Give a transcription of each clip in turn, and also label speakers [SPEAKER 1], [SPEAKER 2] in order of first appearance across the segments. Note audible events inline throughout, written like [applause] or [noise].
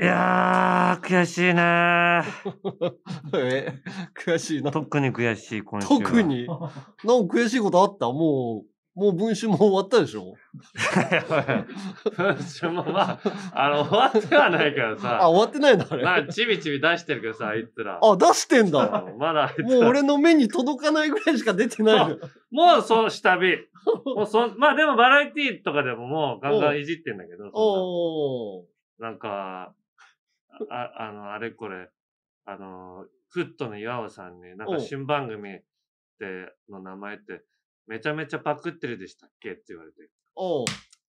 [SPEAKER 1] いやー、悔しいね
[SPEAKER 2] え、悔し
[SPEAKER 3] [laughs]
[SPEAKER 2] いな。
[SPEAKER 1] 特に悔しい、今週は。
[SPEAKER 2] 特に。なんか悔しいことあったもう、もう文集も終わったでしょ
[SPEAKER 3] 文春もまあ、あの、終わってはないから
[SPEAKER 2] あ、
[SPEAKER 3] さ、
[SPEAKER 2] 終わってないんだ、あれ。
[SPEAKER 3] まあ、ちびちび出してるけどさ、あいつら。
[SPEAKER 2] あ、出してんだ。
[SPEAKER 3] うんまだあい
[SPEAKER 2] も
[SPEAKER 3] つ
[SPEAKER 2] う
[SPEAKER 3] ら。
[SPEAKER 2] 俺の目に届かないぐらいしか出てないの。
[SPEAKER 3] もう、その下火。もうそ
[SPEAKER 2] [laughs]
[SPEAKER 3] まあ、でもバラエティとかでももうガンガンいじってんだけど、そ
[SPEAKER 2] お
[SPEAKER 3] ん
[SPEAKER 2] ー。
[SPEAKER 3] ななんか、あ、あの、あれこれ、あの、フットの岩尾さんに、なん
[SPEAKER 2] お
[SPEAKER 3] か
[SPEAKER 2] う
[SPEAKER 3] 新番組って、の名前って、めちゃめちゃパクってるでしたっけって言われて、
[SPEAKER 2] おー。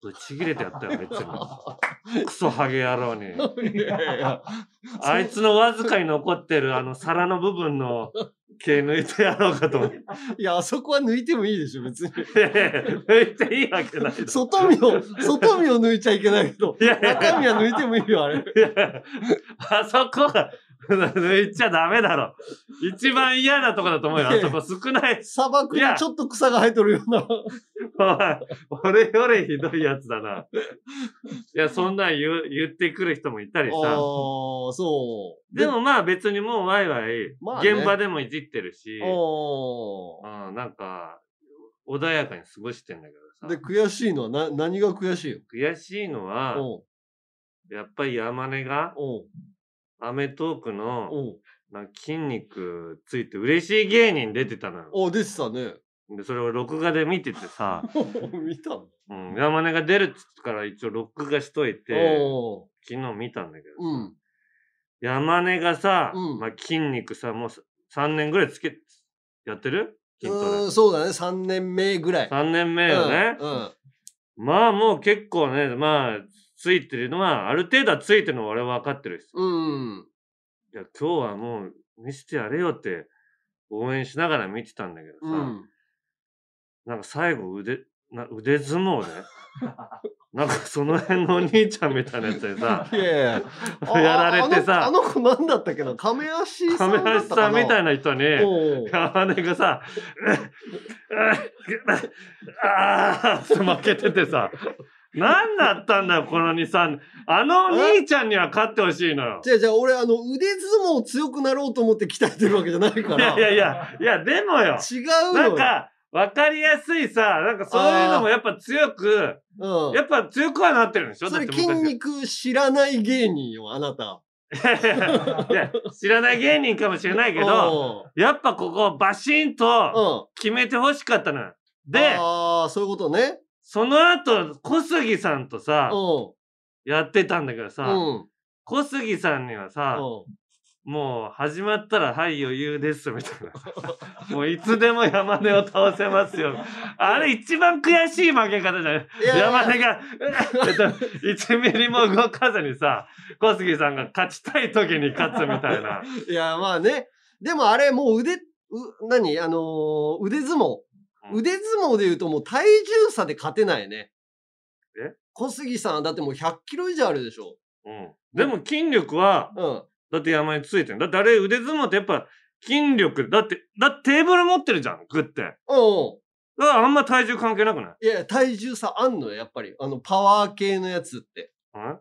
[SPEAKER 3] ぶち切れてやったよ、別
[SPEAKER 2] [laughs]
[SPEAKER 3] に。クソハゲ野郎に。
[SPEAKER 2] いやいや
[SPEAKER 3] あいつのわずかに残ってるあの皿の部分の毛抜いてやろうかと思って。
[SPEAKER 2] いや、あそこは抜いてもいいでし
[SPEAKER 3] [laughs]
[SPEAKER 2] ょ、別に。
[SPEAKER 3] 抜いていいわけないだろ。
[SPEAKER 2] 外身を、外身を抜いちゃいけないけど、
[SPEAKER 3] いやいや
[SPEAKER 2] 中身は抜いてもいいよ、あれ。
[SPEAKER 3] いやあそこは抜いちゃダメだろ。一番嫌なとこだと思うよ。あそこ少ないし。
[SPEAKER 2] 砂漠にちょっと草が生えとるような。
[SPEAKER 3] おい俺よりひどいやつだな。いや、そんなん言う言ってくる人もいたり
[SPEAKER 2] あ
[SPEAKER 3] さ。
[SPEAKER 2] ー、そう。
[SPEAKER 3] でもまあ別にもうワイワイ
[SPEAKER 2] ま、あね
[SPEAKER 3] 現場でもいじってるし、
[SPEAKER 2] で、お
[SPEAKER 3] うん、なんか、穏やかに過ごしてんだけど
[SPEAKER 2] ー。で、
[SPEAKER 3] さ。
[SPEAKER 2] 悔しいのは、な、何が悔しいよ。
[SPEAKER 3] 悔しいのは、
[SPEAKER 2] おう
[SPEAKER 3] やっぱり山根が、
[SPEAKER 2] おう
[SPEAKER 3] アメトークの、
[SPEAKER 2] おう
[SPEAKER 3] なんか筋肉ついて嬉しい芸人出てたのよ。
[SPEAKER 2] おう出てたね。 [laughs]
[SPEAKER 3] で、それを録画で見ててさ、
[SPEAKER 2] 見たの
[SPEAKER 3] うん、山根が出るっつったから一応録画しといて、
[SPEAKER 2] お
[SPEAKER 3] 昨日見たんだけど、
[SPEAKER 2] ううん。
[SPEAKER 3] 山根がさ、
[SPEAKER 2] うん
[SPEAKER 3] まあ、筋肉さ、もうさ3年ぐらいつけ、やってる筋
[SPEAKER 2] う
[SPEAKER 3] ト
[SPEAKER 2] ん、そうだね、3年目ぐら
[SPEAKER 3] レ。。
[SPEAKER 2] い
[SPEAKER 3] 3年目よね。
[SPEAKER 2] うん。うん
[SPEAKER 3] まあもう結構ね、まあ、ついてるのは、ある程度はついてるのは俺は分かってるし。
[SPEAKER 2] うん。
[SPEAKER 3] いや、今日はもう見せてやれよって応援しながら見てたんだけどさ、
[SPEAKER 2] うん。
[SPEAKER 3] なんか最後腕、な腕相
[SPEAKER 2] [laughs]
[SPEAKER 3] 撲で、なんかその辺のお兄ちゃんみたいなやつでさ、
[SPEAKER 2] いやいや。 [laughs]
[SPEAKER 3] [laughs]
[SPEAKER 2] あ
[SPEAKER 3] やられて
[SPEAKER 2] ああ
[SPEAKER 3] さ、
[SPEAKER 2] のあの子なんだったっけな亀足さ
[SPEAKER 3] カ
[SPEAKER 2] ん
[SPEAKER 3] メ
[SPEAKER 2] だった
[SPEAKER 3] ラさんみたい
[SPEAKER 2] な。
[SPEAKER 3] な人に、
[SPEAKER 2] おう
[SPEAKER 3] 山根がさ、あーって負けててさ、何だったんだよ、この2、3。あのお兄ちゃんには勝ってほしいのよ。
[SPEAKER 2] じゃあじゃあ俺あの腕相撲強くなろうと思って鍛えてるわけじゃないか
[SPEAKER 3] い
[SPEAKER 2] ら。
[SPEAKER 3] やいやいや、いや、でもよ。
[SPEAKER 2] 違う
[SPEAKER 3] なん
[SPEAKER 2] よ。
[SPEAKER 3] か、わかりやすいさ、なんかそういうのもやっぱ強く、
[SPEAKER 2] うん、
[SPEAKER 3] やっぱ強くはなってるんでしょ
[SPEAKER 2] それ
[SPEAKER 3] だって
[SPEAKER 2] 筋
[SPEAKER 3] 昔
[SPEAKER 2] 肉知らない芸人よ、あなた。
[SPEAKER 3] いや、知らない芸人かもしれないけど、やっぱここバシン
[SPEAKER 2] う
[SPEAKER 3] と
[SPEAKER 2] ん。うん
[SPEAKER 3] 決めてほしかったのよ。で、
[SPEAKER 2] ああ、そういうことね。
[SPEAKER 3] その後、小杉さんとさ、
[SPEAKER 2] う
[SPEAKER 3] やってたんだけど
[SPEAKER 2] ん。
[SPEAKER 3] さ、
[SPEAKER 2] うん。
[SPEAKER 3] 小杉さんにはさ、もう始まったら、はい、余裕です、みたい
[SPEAKER 2] [laughs]
[SPEAKER 3] な。もういつでも山根を倒せますよ。あれ一番悔しい負け方じゃない [laughs]
[SPEAKER 2] いやいや
[SPEAKER 3] 山根が、1ミリも動かずにさ、小杉さんが勝ちたい時に勝つみたい
[SPEAKER 2] [laughs]
[SPEAKER 3] な。
[SPEAKER 2] いや、まあね。でもあれ、もう腕、う、何あのー腕相撲。
[SPEAKER 3] うん
[SPEAKER 2] 腕相撲で言うともう体重差で勝てないね。
[SPEAKER 3] え
[SPEAKER 2] 小杉さんはだってもう100キロ以上あるでしょ。
[SPEAKER 3] うん、でも筋力は、
[SPEAKER 2] うん。
[SPEAKER 3] だって山についてる。だってあれ腕相撲ってやっぱ筋力、だって、だってテーブル持ってるじゃん、グって。だか
[SPEAKER 2] うんうん。
[SPEAKER 3] らあんま体重関係なくない
[SPEAKER 2] いや、体重差あんのよ、やっぱり。あの、パワー系のやつって。
[SPEAKER 3] うん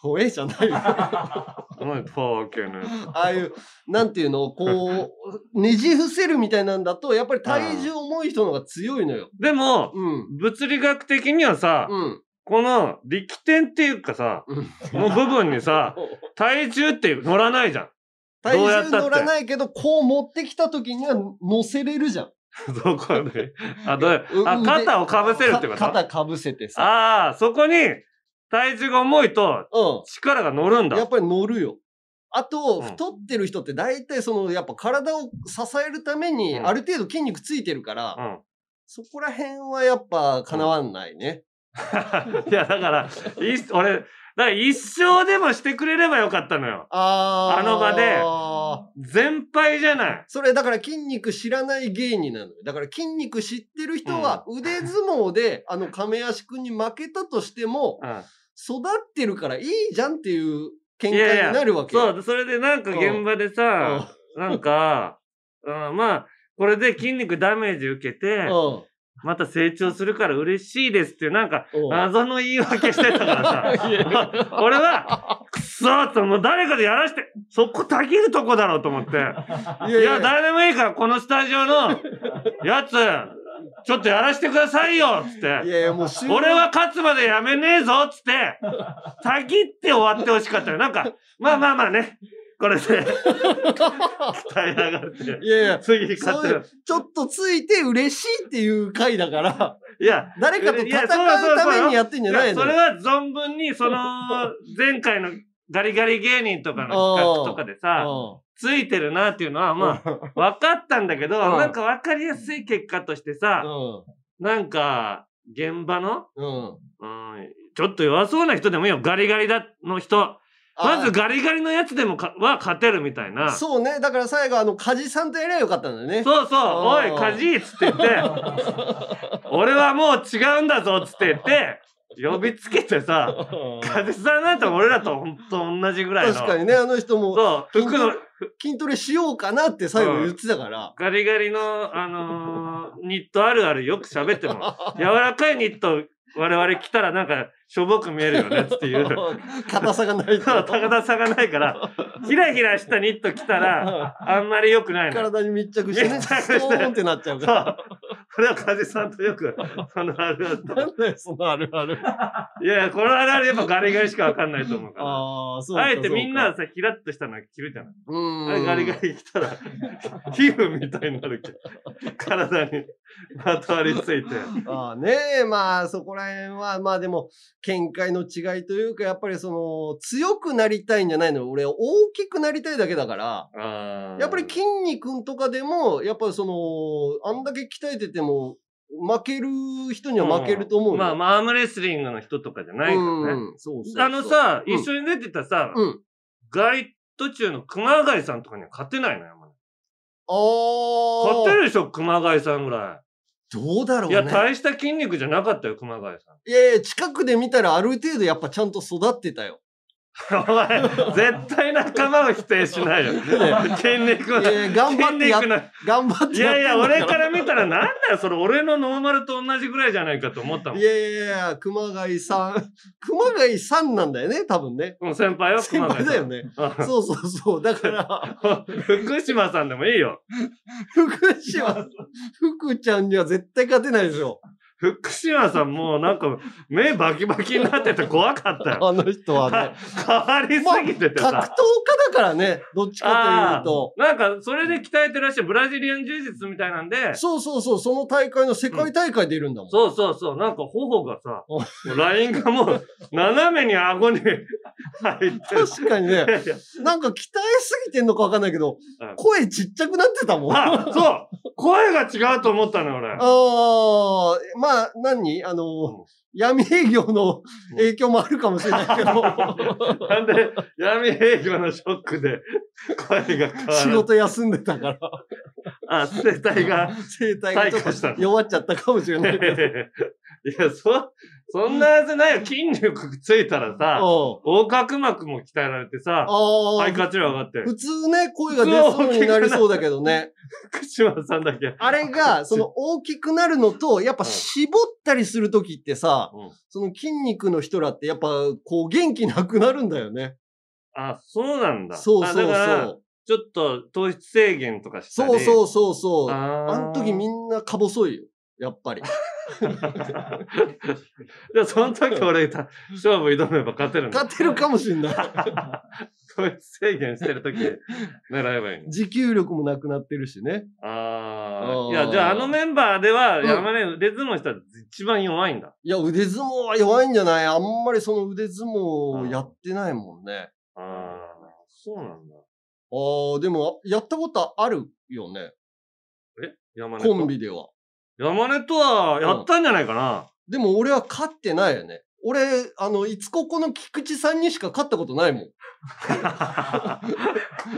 [SPEAKER 2] ほえじゃないよ。
[SPEAKER 3] [laughs]
[SPEAKER 2] あ
[SPEAKER 3] 何パワー系のやつ。
[SPEAKER 2] あいう、なんていうの、こう、ねじ伏せるみたいなんだと、やっぱり体重重い人の方が強いのよ。
[SPEAKER 3] でも、
[SPEAKER 2] うん。
[SPEAKER 3] 物理学的にはさ、 [laughs]
[SPEAKER 2] うん。
[SPEAKER 3] この力点っていうかさ、
[SPEAKER 2] うん
[SPEAKER 3] の部分にさ、体重って乗らないじゃん。
[SPEAKER 2] 体
[SPEAKER 3] どうやったっ
[SPEAKER 2] 重
[SPEAKER 3] て
[SPEAKER 2] 乗ら
[SPEAKER 3] [laughs]
[SPEAKER 2] ないけど、こう持ってきた時には乗せれるじゃん。
[SPEAKER 3] どこで。あ、どうや
[SPEAKER 2] う
[SPEAKER 3] あ、
[SPEAKER 2] 腕
[SPEAKER 3] 肩をかぶせるってこと
[SPEAKER 2] か肩かぶせてさ。
[SPEAKER 3] ああ、そこに体重が重いと
[SPEAKER 2] う
[SPEAKER 3] 力が乗るん
[SPEAKER 2] ん。や
[SPEAKER 3] だ
[SPEAKER 2] っ。ぱり乗るよ。あ
[SPEAKER 3] う
[SPEAKER 2] と、
[SPEAKER 3] ん
[SPEAKER 2] 太ってる人って大体その、やっぱ体を支えるために、
[SPEAKER 3] うん
[SPEAKER 2] ある程度筋肉ついてるから、
[SPEAKER 3] うん。
[SPEAKER 2] そこら辺はやっぱ叶わんないね。
[SPEAKER 3] [laughs] いや、だから、い俺、だから一生でもしてくれればよかったのよ。
[SPEAKER 2] あー
[SPEAKER 3] あの場で全敗じゃない。
[SPEAKER 2] それだから筋肉知らない芸人なのよ。だから筋肉知ってる人は腕相撲で、あの亀足くんに負けたとしても、
[SPEAKER 3] うん。
[SPEAKER 2] 育ってるからいいじゃんっていう見
[SPEAKER 3] いやい
[SPEAKER 2] 解
[SPEAKER 3] や
[SPEAKER 2] になるわけよ。
[SPEAKER 3] そう、それでなんか現場でさ、なんか、うん、まあ、これで筋肉ダメージ受けて、また成長するから嬉しいですっていう、なんか、
[SPEAKER 2] うん。うん。うん。
[SPEAKER 3] [laughs] 謎の言い訳してたからさ、俺は、くそーともう誰かでやらして、そこたぎるとこだろうと思って。いや、誰でもいいから、このスタジオのやつ、ちょっとやらしてくださいよつって。
[SPEAKER 2] いやいや、もう終了
[SPEAKER 3] 俺は勝つまでやめねえぞっつって、先って終わってほしかったよ。なんか、まあまあまあね、これで、 [laughs] 鍛え上がって、
[SPEAKER 2] [laughs] いやいや、
[SPEAKER 3] 次勝ってる。
[SPEAKER 2] ちょっとついて嬉しいっていう回だ
[SPEAKER 3] [laughs]
[SPEAKER 2] から、
[SPEAKER 3] いや、
[SPEAKER 2] 誰かと戦うためにやってんじゃ
[SPEAKER 3] い
[SPEAKER 2] ない
[SPEAKER 3] や
[SPEAKER 2] の
[SPEAKER 3] それは存分に、そ
[SPEAKER 2] [laughs]
[SPEAKER 3] の、前回のガリガリ芸人とかの企画とかでさ、ついてるなっていうのは、ま
[SPEAKER 2] あ、
[SPEAKER 3] あ、分かったんだけど、
[SPEAKER 2] うん
[SPEAKER 3] なんか分かりやすい結果としてさ、なんか、現場の、
[SPEAKER 2] うん。うん。
[SPEAKER 3] うん、ちょっと弱そうな人でもいいよ。ガリガリだの人。まずガリガリのやつでもかは勝てるみたいな。
[SPEAKER 2] あ、
[SPEAKER 3] そう
[SPEAKER 2] そうね。だから最後、あの、カジさんとやりゃよかったんだよね。
[SPEAKER 3] そうお
[SPEAKER 2] ー
[SPEAKER 3] い、カジーっつって言って、
[SPEAKER 2] [laughs]
[SPEAKER 3] 俺はもう違うんだぞっつって言って、呼びつけてさ、カジさんなんて俺らとほんと同じぐらいの。
[SPEAKER 2] 確かにね、あの人も
[SPEAKER 3] そう、服の、
[SPEAKER 2] 筋トレしようかなって最後言ってたから。
[SPEAKER 3] ガリガリの、あのーニットあるあるよく喋って
[SPEAKER 2] [laughs]
[SPEAKER 3] も、柔らかいニット我々着たらなんか、しょぼく見えるよねって
[SPEAKER 2] [laughs]
[SPEAKER 3] いう。
[SPEAKER 2] 硬さ
[SPEAKER 3] [laughs]
[SPEAKER 2] がない
[SPEAKER 3] そう、
[SPEAKER 2] と。
[SPEAKER 3] 高田さがないから、ひらひらしたニット着たら、あんまり良くないのよ。
[SPEAKER 2] 体に密着してね、
[SPEAKER 3] 密
[SPEAKER 2] ス
[SPEAKER 3] 着して
[SPEAKER 2] トーンってなっちゃうから。
[SPEAKER 3] そう。これは風さんとよく、そのあるあると
[SPEAKER 2] なんだよ、そのあるある。
[SPEAKER 3] いやいや、このあるあるやっぱガリガリしかわかんないと思うから。
[SPEAKER 2] ああ、そうか
[SPEAKER 3] あえてみんな
[SPEAKER 2] そうか
[SPEAKER 3] さ、ヒラッとしたの着るじゃない。
[SPEAKER 2] うん
[SPEAKER 3] あれガリガリ着たら、皮膚みたいになるけど、体にまとわりついて。
[SPEAKER 2] ああねえ、まあそこら辺は、まあでも、見解の違いというか、やっぱりその、強くなりたいんじゃないの。俺、大きくなりたいだけだから、やっぱり筋肉とかでも、やっぱりその、あんだけ鍛えてても、負ける人には負けると思うよ。
[SPEAKER 3] まあ、まあ、アームレスリングの人とかじゃないからね。
[SPEAKER 2] うん、そうそうそう
[SPEAKER 3] あの、さ、
[SPEAKER 2] うん
[SPEAKER 3] 一緒に出てたさ、
[SPEAKER 2] うん。
[SPEAKER 3] ガイ途中の熊谷さんとかには勝てないのよ。
[SPEAKER 2] ああ。
[SPEAKER 3] 勝てるでしょ、熊谷さんぐら
[SPEAKER 2] どうだろ
[SPEAKER 3] い。
[SPEAKER 2] う
[SPEAKER 3] い
[SPEAKER 2] ね。
[SPEAKER 3] や、大した筋肉じゃなかったよ、熊谷さん。
[SPEAKER 2] いやいや、近くで見たらある程度やっぱちゃんと育って
[SPEAKER 3] [laughs]
[SPEAKER 2] たよ。
[SPEAKER 3] お前、絶対仲間を否定し
[SPEAKER 2] [laughs]
[SPEAKER 3] ないよ。筋肉
[SPEAKER 2] いや
[SPEAKER 3] は。
[SPEAKER 2] いや、頑張
[SPEAKER 3] 筋
[SPEAKER 2] ってやっ
[SPEAKER 3] 肉、な。
[SPEAKER 2] 頑張っ
[SPEAKER 3] い
[SPEAKER 2] てやっ
[SPEAKER 3] や
[SPEAKER 2] て
[SPEAKER 3] い
[SPEAKER 2] んだ
[SPEAKER 3] や、俺から見たらなんだよ、それ俺のノーマルと同じぐらいじゃないかと思ったもん
[SPEAKER 2] い。やいやいや、熊谷さん。熊谷さんなんだよね、多分ね。
[SPEAKER 3] うん先輩は
[SPEAKER 2] 先
[SPEAKER 3] 熊
[SPEAKER 2] 輩
[SPEAKER 3] 谷
[SPEAKER 2] だ
[SPEAKER 3] さ
[SPEAKER 2] よ
[SPEAKER 3] ん。
[SPEAKER 2] ね。
[SPEAKER 3] [laughs] うん
[SPEAKER 2] そうそうそう。だから、
[SPEAKER 3] [laughs] 福島さんでもいいよ。
[SPEAKER 2] 福島、福ちゃんには絶対勝てないで
[SPEAKER 3] [laughs]
[SPEAKER 2] しょ。
[SPEAKER 3] 福島さんもうなんか目バキバキになってて怖かった
[SPEAKER 2] [laughs]
[SPEAKER 3] よ。
[SPEAKER 2] あの人はね。
[SPEAKER 3] 変わりすぎてて
[SPEAKER 2] 格闘家
[SPEAKER 3] さ。
[SPEAKER 2] だからね、どっちかと
[SPEAKER 3] なんか、それで鍛えてらっしゃるブラジリアン柔術みたいなんで
[SPEAKER 2] いうと。、そうそうそう、その大会の世界大会出るんだもん。
[SPEAKER 3] そうそうそう。なんか頬がさ、
[SPEAKER 2] お
[SPEAKER 3] もうラインがもう斜めに顎に入ってる。
[SPEAKER 2] 確かにね、
[SPEAKER 3] いや
[SPEAKER 2] なんか鍛えすぎてんのかわかんないけ
[SPEAKER 3] う
[SPEAKER 2] ど
[SPEAKER 3] ん、
[SPEAKER 2] 声ちっちゃくなってたもん。
[SPEAKER 3] あ、そう声が違うと思ったのよ、俺。
[SPEAKER 2] ああ、まあ、何あの、
[SPEAKER 3] うん
[SPEAKER 2] 闇営業の
[SPEAKER 3] うん
[SPEAKER 2] 影響もあるかもしれない
[SPEAKER 3] [laughs]
[SPEAKER 2] けど、
[SPEAKER 3] なんで、闇営業のショックで声が変わる。
[SPEAKER 2] 仕事休んでたから、
[SPEAKER 3] あ、生態 [laughs] が。
[SPEAKER 2] 生態がちょ
[SPEAKER 3] 退化した
[SPEAKER 2] っ
[SPEAKER 3] の
[SPEAKER 2] と弱っちゃったかもしれ
[SPEAKER 3] い
[SPEAKER 2] ないけど。
[SPEAKER 3] や、そ、そんなはずないよ。筋肉ついたらさ、
[SPEAKER 2] [laughs] うん
[SPEAKER 3] 横隔膜も鍛えられてさ、
[SPEAKER 2] あ
[SPEAKER 3] 肺
[SPEAKER 2] あ、
[SPEAKER 3] 活量上がって。
[SPEAKER 2] 普通ね、声が出そうになりそうだけど
[SPEAKER 3] [laughs]
[SPEAKER 2] ね。
[SPEAKER 3] 福島さんだけ。
[SPEAKER 2] あれ
[SPEAKER 3] [laughs]
[SPEAKER 2] が、その大きくなるのと、やっぱ絞ったりするときってさ、
[SPEAKER 3] うん
[SPEAKER 2] その筋肉の人らってやっぱこう元気なくなるんだよね。
[SPEAKER 3] あ、そうなんだ。
[SPEAKER 2] そうそうそ
[SPEAKER 3] あだから
[SPEAKER 2] う。
[SPEAKER 3] ちょっと糖質制限とかしたり。。
[SPEAKER 2] そうそううそうそう。
[SPEAKER 3] あ
[SPEAKER 2] あの時みんなか細いよ。やっぱり。
[SPEAKER 3] [laughs] で、その時俺た、勝負挑めば勝てるんだ。
[SPEAKER 2] 勝てるかもし
[SPEAKER 3] [laughs]
[SPEAKER 2] んない。
[SPEAKER 3] 糖質制限してる時、狙えばいいの。
[SPEAKER 2] 持久力もなくなってるしね。
[SPEAKER 3] ああ。い
[SPEAKER 2] うん
[SPEAKER 3] や、じゃああのメンバーでは、
[SPEAKER 2] うん
[SPEAKER 3] 山根腕相撲したら一番弱いんだ。
[SPEAKER 2] いや、腕相撲は弱いんじゃないあんまりその腕相撲やってないもんね。
[SPEAKER 3] ああ。そうなんだ。
[SPEAKER 2] ああ、でも、やったことあるよね。
[SPEAKER 3] 山根と。
[SPEAKER 2] コンビでは。
[SPEAKER 3] 山根とは、やったんじゃないかな。
[SPEAKER 2] でも俺は勝ってないよね。俺、あの、いつここの菊池さんにしか勝ったことないもん。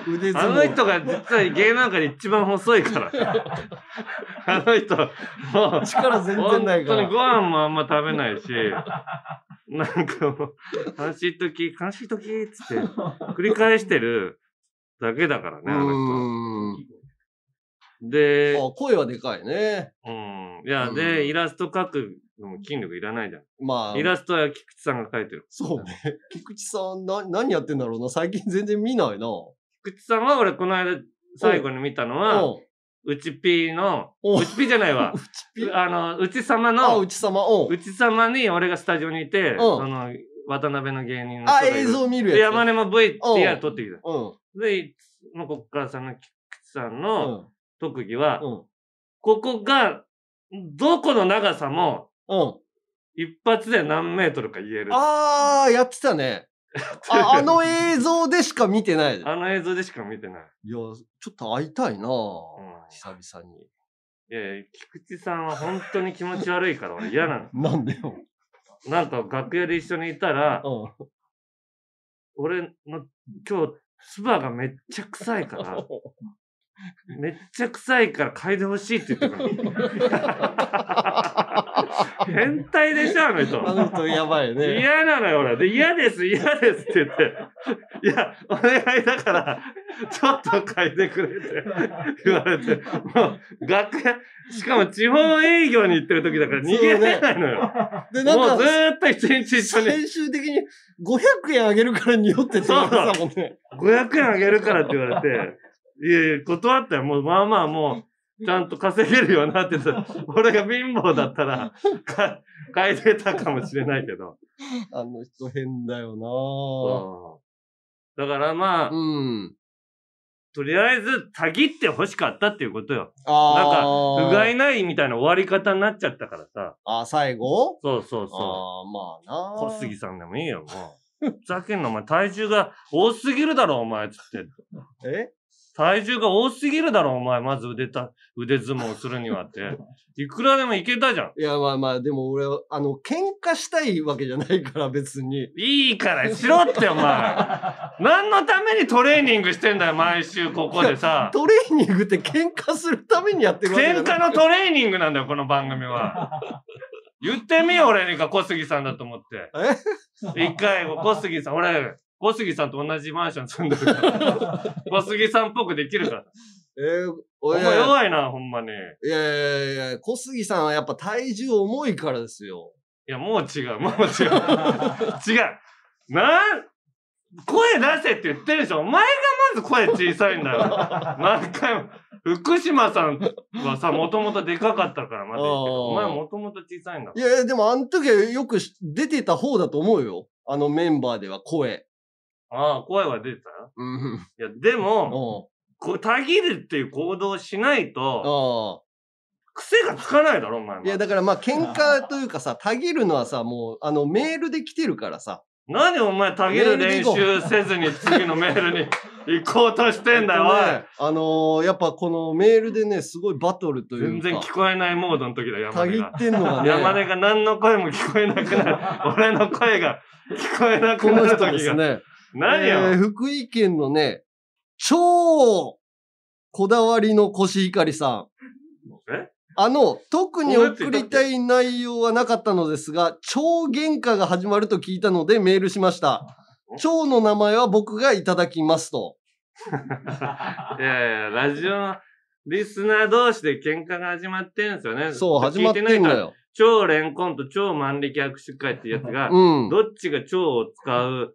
[SPEAKER 2] 腕
[SPEAKER 3] [laughs]
[SPEAKER 2] 相
[SPEAKER 3] あ
[SPEAKER 2] 撲。
[SPEAKER 3] の人が実は芸能界で一番細いから。あの人、もう、
[SPEAKER 2] 力全然ない
[SPEAKER 3] 本
[SPEAKER 2] から
[SPEAKER 3] 当にご飯もあんま食べないし、なんかもう、悲しい時、悲しい時っつって、繰り返してるだけだからね、あの人。
[SPEAKER 2] うーん。
[SPEAKER 3] で、
[SPEAKER 2] あ声はでかいね。
[SPEAKER 3] うん。いや、
[SPEAKER 2] うん
[SPEAKER 3] で、イラスト描くのも筋力いらないじゃん。
[SPEAKER 2] まあ。
[SPEAKER 3] イラストは菊池さんが描いてる。
[SPEAKER 2] そうね。菊池さん、な、何やってんだろうな。最近全然見ないな。
[SPEAKER 3] 菊池さんは俺、この間、最後に見たのは、
[SPEAKER 2] うん。
[SPEAKER 3] うちぴーの、
[SPEAKER 2] お
[SPEAKER 3] うちぴーじゃない
[SPEAKER 2] [laughs]
[SPEAKER 3] わ。
[SPEAKER 2] ぴー
[SPEAKER 3] あの、うち様
[SPEAKER 2] あ、
[SPEAKER 3] の
[SPEAKER 2] う、ちさま、うん。
[SPEAKER 3] うち様に俺がスタジオにいて、
[SPEAKER 2] ん
[SPEAKER 3] その、渡辺の芸人の人
[SPEAKER 2] あ、
[SPEAKER 3] がいる。
[SPEAKER 2] 映像見る
[SPEAKER 3] で、
[SPEAKER 2] やつ。
[SPEAKER 3] 山根も VTR
[SPEAKER 2] うん
[SPEAKER 3] 撮ってきた。
[SPEAKER 2] うん。
[SPEAKER 3] で、もうこっからさんの菊池さん
[SPEAKER 2] う
[SPEAKER 3] の
[SPEAKER 2] ん。
[SPEAKER 3] 特技は、
[SPEAKER 2] うん。
[SPEAKER 3] ここが、どこの長さも、
[SPEAKER 2] うん。
[SPEAKER 3] 一発で何メートルか言える。
[SPEAKER 2] あー、やって
[SPEAKER 3] [laughs]
[SPEAKER 2] たね。ああの映像でしか見てない。いや、
[SPEAKER 3] あの映像でしか見てない。
[SPEAKER 2] ちょっと会いたい
[SPEAKER 3] う
[SPEAKER 2] な
[SPEAKER 3] ん
[SPEAKER 2] 久々に。
[SPEAKER 3] いやいや、菊池さんは本当に気持ち悪いから俺嫌
[SPEAKER 2] [laughs]
[SPEAKER 3] なの。
[SPEAKER 2] なんでよ。
[SPEAKER 3] なんか楽屋で一緒にいたら、
[SPEAKER 2] う
[SPEAKER 3] 俺の今日、唾がめっちゃ臭いから、めっちゃ臭いから嗅いでほしいって言ってくるの。変態でしょ、あの人
[SPEAKER 2] ん。。あの人やばいよね。
[SPEAKER 3] 嫌なのよ、俺。で、嫌です、嫌ですって言って。い
[SPEAKER 2] [laughs]
[SPEAKER 3] や、お願いだから、ちょっと変えてくれって言われて。もう、楽屋、しかも地方営業に行ってる時だから逃げられないのよ。
[SPEAKER 2] で、
[SPEAKER 3] も
[SPEAKER 2] な
[SPEAKER 3] うんず
[SPEAKER 2] か、
[SPEAKER 3] ーっと一日一緒に、
[SPEAKER 2] 最終的に500円あげるから匂ってって言われてたもんね。
[SPEAKER 3] 500円あげるからって言われて、いやいや、断ったよ。もう、まあまあもう、ちゃんと稼げるよなって言ってた俺が貧乏だった
[SPEAKER 2] [laughs]
[SPEAKER 3] ら、か変えてたかもしれないけど。
[SPEAKER 2] あの人変だよ
[SPEAKER 3] うんだからまあ、
[SPEAKER 2] なうん。
[SPEAKER 3] とりあえず、たぎって欲しかったっていうことよ。なんか
[SPEAKER 2] あ
[SPEAKER 3] う
[SPEAKER 2] ー
[SPEAKER 3] がいないみたいな終わり方になっちゃったからさ。
[SPEAKER 2] あ、最後
[SPEAKER 3] そうそうそ
[SPEAKER 2] ああ、まあ
[SPEAKER 3] う。
[SPEAKER 2] な。
[SPEAKER 3] 小杉さんでもいいよ、もう。ふざけんな、お前、体重が多すぎるだろ、お前、つって。
[SPEAKER 2] え
[SPEAKER 3] 体重が多すぎるだろ、お前、まず腕た、腕相撲するには
[SPEAKER 2] [laughs]
[SPEAKER 3] って。いくらでもいけたじゃん。
[SPEAKER 2] いや、まあまあ、でも俺は、あの、喧嘩したいわけじゃないから、別に。
[SPEAKER 3] いいからしろって、お
[SPEAKER 2] [laughs]
[SPEAKER 3] 前。何のためにトレーニングしてんだよ、毎週ここでさ。
[SPEAKER 2] トレーニングって喧嘩するためにやってるわけじゃ
[SPEAKER 3] 喧
[SPEAKER 2] な
[SPEAKER 3] 嘩
[SPEAKER 2] い
[SPEAKER 3] のトレーニングなんだよ、この番組
[SPEAKER 2] [laughs]
[SPEAKER 3] は。言ってみよ、俺にか、小杉さんだと思って。
[SPEAKER 2] え
[SPEAKER 3] 一回、小杉さん、俺、小杉さんと同じマンション住んでる
[SPEAKER 2] [laughs]
[SPEAKER 3] から。小杉さんっぽくできるから。
[SPEAKER 2] えー、
[SPEAKER 3] お
[SPEAKER 2] おい
[SPEAKER 3] 前
[SPEAKER 2] や
[SPEAKER 3] 弱いな、ほんまに。い
[SPEAKER 2] いやいやいや、小杉さんはやっぱ体重重いからですよ。
[SPEAKER 3] や、もう違う、もう
[SPEAKER 2] [laughs]
[SPEAKER 3] 違う。違う。なん、声出せって言ってるでしょ。お前がまず声小さいんだよ。何回も。福島さんはさ、もともとでかかったから、まだいいけど。お前もともと小さいんだ
[SPEAKER 2] い。やいや、でもあの時はよくし出てた方だと思うよ。あのメンバーでは声。
[SPEAKER 3] ああ、声は出てたよ。
[SPEAKER 2] うん。
[SPEAKER 3] いや、でも、
[SPEAKER 2] お
[SPEAKER 3] こう、たぎるっていう行動をしないと、
[SPEAKER 2] ああ。
[SPEAKER 3] 癖がつかないだろ、お前も。
[SPEAKER 2] いや、だからまあ、喧嘩というかさ、たぎるのはさ、もう、あの、メールで来てるからさ。
[SPEAKER 3] 何お前、たぎる練習せずに次のメールに行こうとしてんだよ、
[SPEAKER 2] ねあのーやっぱこのメールでね、すごいバトルと
[SPEAKER 3] おい。
[SPEAKER 2] い
[SPEAKER 3] 全
[SPEAKER 2] うか。
[SPEAKER 3] 然聞こえないモードの時だ、山
[SPEAKER 2] た
[SPEAKER 3] 根
[SPEAKER 2] ぎ
[SPEAKER 3] が
[SPEAKER 2] っ。てんのがね。
[SPEAKER 3] 山根が何の声も聞こえなくなる。俺の声が聞こえな
[SPEAKER 2] こ
[SPEAKER 3] くな
[SPEAKER 2] の
[SPEAKER 3] る
[SPEAKER 2] 人で
[SPEAKER 3] 時
[SPEAKER 2] す
[SPEAKER 3] が。
[SPEAKER 2] ね。
[SPEAKER 3] [laughs] 何
[SPEAKER 2] えー
[SPEAKER 3] よ。
[SPEAKER 2] 福井県のね、超こだわりのコシヒカリさん。
[SPEAKER 3] え
[SPEAKER 2] あの、特に送りたい内容はなかったのですが、超喧嘩が始まると聞いたのでメールしました。蝶の名前は僕がいただきますと。
[SPEAKER 3] いやいや、ラジオのリスナー同士で喧嘩が始まってんすよね。
[SPEAKER 2] そう、始まってんだ
[SPEAKER 3] ら
[SPEAKER 2] よ。
[SPEAKER 3] 超レンコンと超万力握手会ってやつ
[SPEAKER 2] [laughs]
[SPEAKER 3] が、
[SPEAKER 2] うん。
[SPEAKER 3] どっちが蝶を使う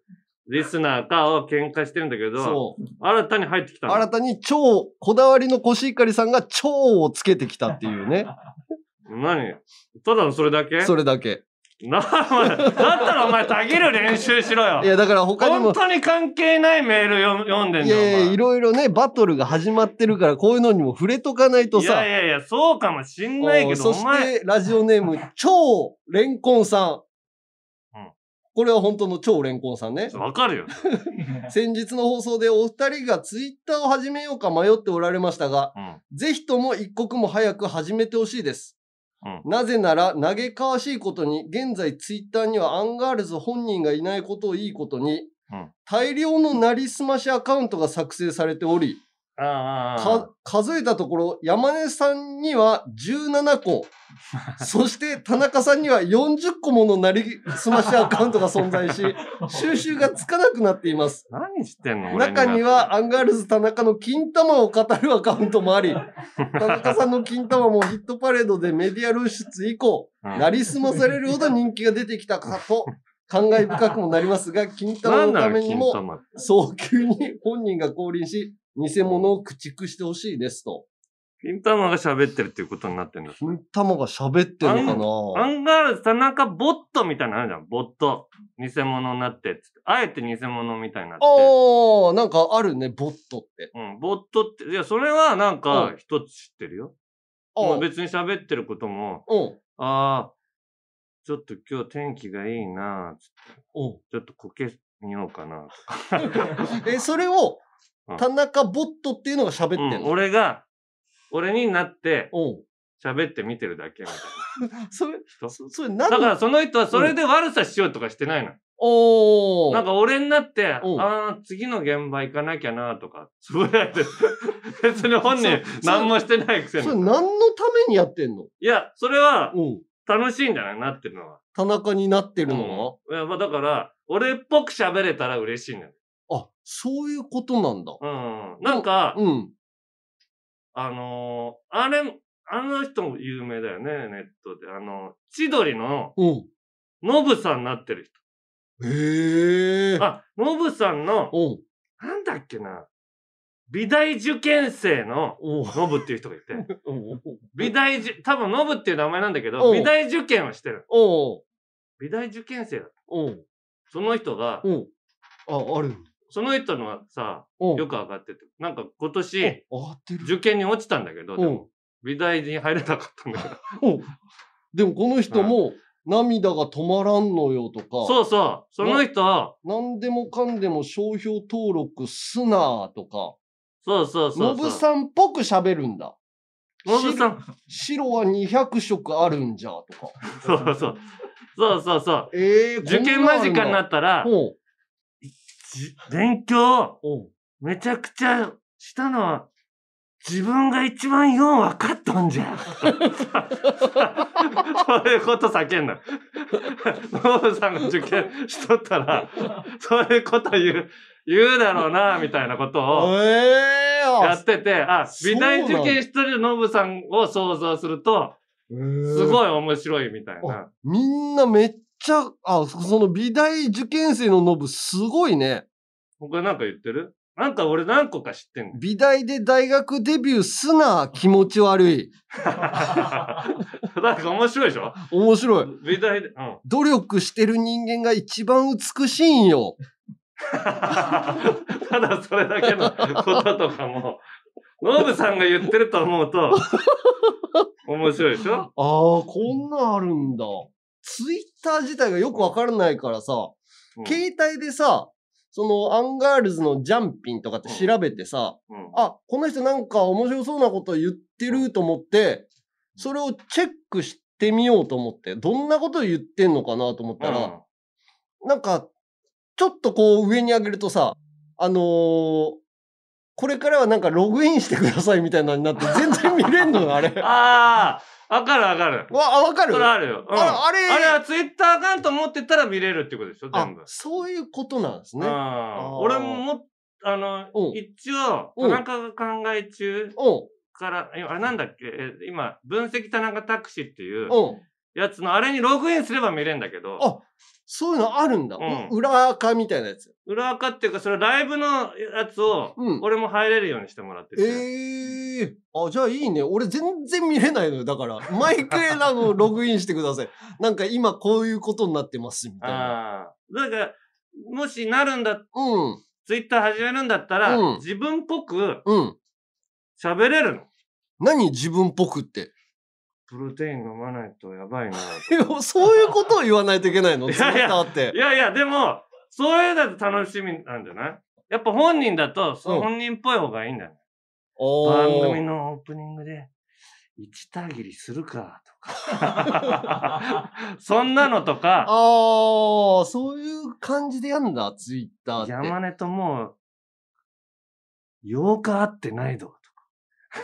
[SPEAKER 3] リスナーかを喧嘩してるんだけど、
[SPEAKER 2] そう。
[SPEAKER 3] 新たに入ってきた
[SPEAKER 2] 新たに超、こだわりのコシヒカリさんが蝶をつけてきたっていうね。
[SPEAKER 3] の。何ただのそれだけ
[SPEAKER 2] それだけ。
[SPEAKER 3] な、お前だったらお前、たぎる練習しろ
[SPEAKER 2] い
[SPEAKER 3] よ。
[SPEAKER 2] や、だから他にも
[SPEAKER 3] 本、当に関係ないメール読読んでん
[SPEAKER 2] い
[SPEAKER 3] じゃん。お
[SPEAKER 2] やいや、い
[SPEAKER 3] 前
[SPEAKER 2] ろいろね、バトルが始まってるから、こういうのにも触れとかないと
[SPEAKER 3] い
[SPEAKER 2] さ
[SPEAKER 3] やい。やいや、そうかもしんないけど、
[SPEAKER 2] お
[SPEAKER 3] お
[SPEAKER 2] そし
[SPEAKER 3] 前、
[SPEAKER 2] て、ラジオネ
[SPEAKER 3] [laughs]
[SPEAKER 2] ーム、超レンコンさん。
[SPEAKER 3] うん
[SPEAKER 2] これは本当の超レンコンさんね。
[SPEAKER 3] わかるよ。
[SPEAKER 2] 先日の放送でお二人がツイッターを始めようか迷っておられましたが、
[SPEAKER 3] うん。
[SPEAKER 2] ぜひとも一刻も早く始めてほしいです。
[SPEAKER 3] う
[SPEAKER 2] なぜなら、嘆かわしいことに、現在ツイッターにはアンガールズ本人がいないことをいいことに、
[SPEAKER 3] うん
[SPEAKER 2] 大量のなりすましアカウントが作成されており、
[SPEAKER 3] あ
[SPEAKER 2] か数えたところ、山根さんには17個、
[SPEAKER 3] [laughs]
[SPEAKER 2] そして田中さんには40個ものなりすましアカウントが存在し、
[SPEAKER 3] [laughs]
[SPEAKER 2] 収集がつかなくなっています。
[SPEAKER 3] 何してんの俺
[SPEAKER 2] 中にはアンガールズ田中の金玉を語るアカウントもあり、田中さんの金玉もヒットパレードでメディア露出以降、
[SPEAKER 3] うん
[SPEAKER 2] なりすまされるほど人気が出てきたかと、感慨深くもなりますが、金玉
[SPEAKER 3] 何
[SPEAKER 2] の
[SPEAKER 3] な
[SPEAKER 2] た
[SPEAKER 3] の
[SPEAKER 2] めに
[SPEAKER 3] 金
[SPEAKER 2] も、
[SPEAKER 3] 玉って
[SPEAKER 2] 早急に本人が降臨し、偽物を駆逐してほしいですと。
[SPEAKER 3] 金玉が喋ってるっていうことになってんだ。
[SPEAKER 2] 金玉が喋ってるのか
[SPEAKER 3] ア
[SPEAKER 2] な
[SPEAKER 3] ンガールズ田中ボットみたいなのあるじゃん。ボット。偽物になってっつって。あえて偽物みたいになって。
[SPEAKER 2] ああ、なんかあるね、ボットって。
[SPEAKER 3] うん、ボットって、いや、それはなん
[SPEAKER 2] う
[SPEAKER 3] か一つ知ってるよ。
[SPEAKER 2] あ
[SPEAKER 3] もう
[SPEAKER 2] ー
[SPEAKER 3] 別に喋ってることも、
[SPEAKER 2] うん。
[SPEAKER 3] ああ、ちょっと今日天気がいいなつって [laughs]
[SPEAKER 2] うん。
[SPEAKER 3] ちょっとこけみようかな
[SPEAKER 2] え、それを
[SPEAKER 3] うん、
[SPEAKER 2] 田中ボットっていうのが喋って
[SPEAKER 3] うんん、
[SPEAKER 2] の、
[SPEAKER 3] 俺が、俺になって
[SPEAKER 2] うん、
[SPEAKER 3] 喋って見てるだけみた
[SPEAKER 2] [laughs]
[SPEAKER 3] い
[SPEAKER 2] それ、
[SPEAKER 3] な人。
[SPEAKER 2] そそれ何
[SPEAKER 3] だからその人はそれで悪さしようとかしてないの。
[SPEAKER 2] おー
[SPEAKER 3] なんか俺になって、あ
[SPEAKER 2] うん
[SPEAKER 3] あー、次の現場行かなきゃなとか、 [laughs] つぶやいてる、別に本人
[SPEAKER 2] そそ
[SPEAKER 3] 何もしてないくせ
[SPEAKER 2] それ
[SPEAKER 3] に。
[SPEAKER 2] 何のためにやってんの
[SPEAKER 3] いや、それは
[SPEAKER 2] うん。
[SPEAKER 3] 楽しいんじゃないなってるのは。
[SPEAKER 2] 田中になってるの
[SPEAKER 3] うんいやまあだから、俺っぽく喋れたら嬉しいんだよ。
[SPEAKER 2] が、あ、そういうことなんだ。
[SPEAKER 3] うん。なんか、
[SPEAKER 2] うん。
[SPEAKER 3] あのーあれ、あの人も有名だよね、ネットで。あの、千鳥の
[SPEAKER 2] うん。
[SPEAKER 3] ノブさんになってる
[SPEAKER 2] へえ。
[SPEAKER 3] 人。あ、ノブさんの、
[SPEAKER 2] うん。
[SPEAKER 3] なんだっけな、美大受験生の
[SPEAKER 2] うん。
[SPEAKER 3] ノブっていう人がいて。
[SPEAKER 2] うん。
[SPEAKER 3] 美大受、多分ノブっていう名前なんだけ
[SPEAKER 2] う
[SPEAKER 3] ど、
[SPEAKER 2] ん
[SPEAKER 3] 美大受験をしてる。
[SPEAKER 2] うん。
[SPEAKER 3] 美大受験生だ。
[SPEAKER 2] うん。
[SPEAKER 3] その人が、
[SPEAKER 2] うん。あ、ある。
[SPEAKER 3] その人のはさ、
[SPEAKER 2] うん。
[SPEAKER 3] よく上がってて、なんか今
[SPEAKER 2] うん
[SPEAKER 3] 年、
[SPEAKER 2] 上がってる。
[SPEAKER 3] 受験に落ちたんだけど、でも美大に入れなかったんだけど。
[SPEAKER 2] うん。でもこの人も、涙が止まらんのよとか、
[SPEAKER 3] そうそう、その人、
[SPEAKER 2] 何でもかんでも商標登録すなとか、
[SPEAKER 3] そうそうそ
[SPEAKER 2] ノ
[SPEAKER 3] うそう。
[SPEAKER 2] ブさんっぽく喋るんだ。
[SPEAKER 3] ノブさん。
[SPEAKER 2] 白は200色あるんじゃとか。
[SPEAKER 3] そうそう。そうそうそう。
[SPEAKER 2] ええ
[SPEAKER 3] 受験間近になったら、
[SPEAKER 2] うん。
[SPEAKER 3] じ勉強、
[SPEAKER 2] うん。
[SPEAKER 3] めちゃくちゃしたのは、自分が一番よう分かっとんじゃ。そういうこと叫んだ。ノブさんが受験しとったら、そういうこと言う、言うだろうな、みたいなことを
[SPEAKER 2] ええ
[SPEAKER 3] や
[SPEAKER 2] あ
[SPEAKER 3] っ、てて、あ、
[SPEAKER 2] そう
[SPEAKER 3] 美大受験してるノブさんを想像すると、す
[SPEAKER 2] すい。
[SPEAKER 3] ごい面白いみたいな。
[SPEAKER 2] みんなめっちゃ、あ、その美大受験生のノブすごいね。
[SPEAKER 3] 他なんか言ってるなんか俺何個か知
[SPEAKER 2] [laughs]
[SPEAKER 3] ってんの。
[SPEAKER 2] 美大で大学デビューすな、気持ち悪い。
[SPEAKER 3] なんか面白いでしょ
[SPEAKER 2] 面白い。
[SPEAKER 3] 美大で。うん。
[SPEAKER 2] 努力してる人間が一番美しいんよ。
[SPEAKER 3] [laughs] ただそれだけのこととかも、ノブさんが言ってると思うと、面白いでし
[SPEAKER 2] [laughs]
[SPEAKER 3] ょ
[SPEAKER 2] ああ、こんなんあるんだ。ツイッター自体がよくわからないからさ、
[SPEAKER 3] うん
[SPEAKER 2] 携帯でさ、そのアンガールズのジャンピンとかって調べてさ、
[SPEAKER 3] うん
[SPEAKER 2] あ、この人なんか面白そうなこと言ってると思って、それをチェックしてみようと思って、どんなこと言ってんのかなと思ったら、なんか、ちょっとこう上に上げるとさ、あのーこれからはなんかログインしてくださいみたいなのに
[SPEAKER 3] [laughs]
[SPEAKER 2] なって全然見れんのよ、あれ。わ、
[SPEAKER 3] ああ、わかるわかる。
[SPEAKER 2] あわかる
[SPEAKER 3] それあるよ。うん
[SPEAKER 2] ああれ
[SPEAKER 3] あれはツイッターアカウント持ってたら見れるってことでしょ
[SPEAKER 2] あ
[SPEAKER 3] 全部。
[SPEAKER 2] そういうことなんですね。
[SPEAKER 3] あ
[SPEAKER 2] ー
[SPEAKER 3] ー俺もも、あの
[SPEAKER 2] う、ん
[SPEAKER 3] 一応、
[SPEAKER 2] う
[SPEAKER 3] 田
[SPEAKER 2] ん
[SPEAKER 3] 中が考え中
[SPEAKER 2] うん、
[SPEAKER 3] から、えあれなんだっけえ今、分析田中タクシーっていう
[SPEAKER 2] うん。
[SPEAKER 3] やつのあれにログインすれば見れるんだけど、
[SPEAKER 2] あそういうのあるんだ。
[SPEAKER 3] うん
[SPEAKER 2] 裏垢みたいなやつ。
[SPEAKER 3] 裏垢っていうか、それライブのやつを
[SPEAKER 2] うん、
[SPEAKER 3] 俺も入れるようにしてもらってて。
[SPEAKER 2] ええあ、じゃあいいね。俺全然見れないのよ。だから、毎回あの、ログインしてく
[SPEAKER 3] [laughs]
[SPEAKER 2] ださい。なんか今こういうことになってます、みたいな。
[SPEAKER 3] ああ。だから、もしなるんだ、
[SPEAKER 2] うん、
[SPEAKER 3] ツイッター始めるんだったら、
[SPEAKER 2] うん
[SPEAKER 3] 自分っぽく
[SPEAKER 2] うん。
[SPEAKER 3] 喋れるの。
[SPEAKER 2] 何自分っぽくって。
[SPEAKER 3] プロテイン飲まないとやばいな。い
[SPEAKER 2] でもそういうことを言わないといけないの
[SPEAKER 3] い
[SPEAKER 2] ツイッ
[SPEAKER 3] やいや
[SPEAKER 2] ターって。 [laughs]
[SPEAKER 3] やいや、でも、そういうのだと楽しみなんじゃないやっぱ本人だと、そう
[SPEAKER 2] うん
[SPEAKER 3] 本人っぽい方がいいんだね。
[SPEAKER 2] お
[SPEAKER 3] 番
[SPEAKER 2] ー
[SPEAKER 3] 組のオープニングで、一ター切りするか、と
[SPEAKER 2] [laughs]
[SPEAKER 3] か。そんなのとか。
[SPEAKER 2] あー、そういう感じでやんだ、ツイッターって。
[SPEAKER 3] 山根ともう、 8日会ってないぞ。
[SPEAKER 2] [laughs]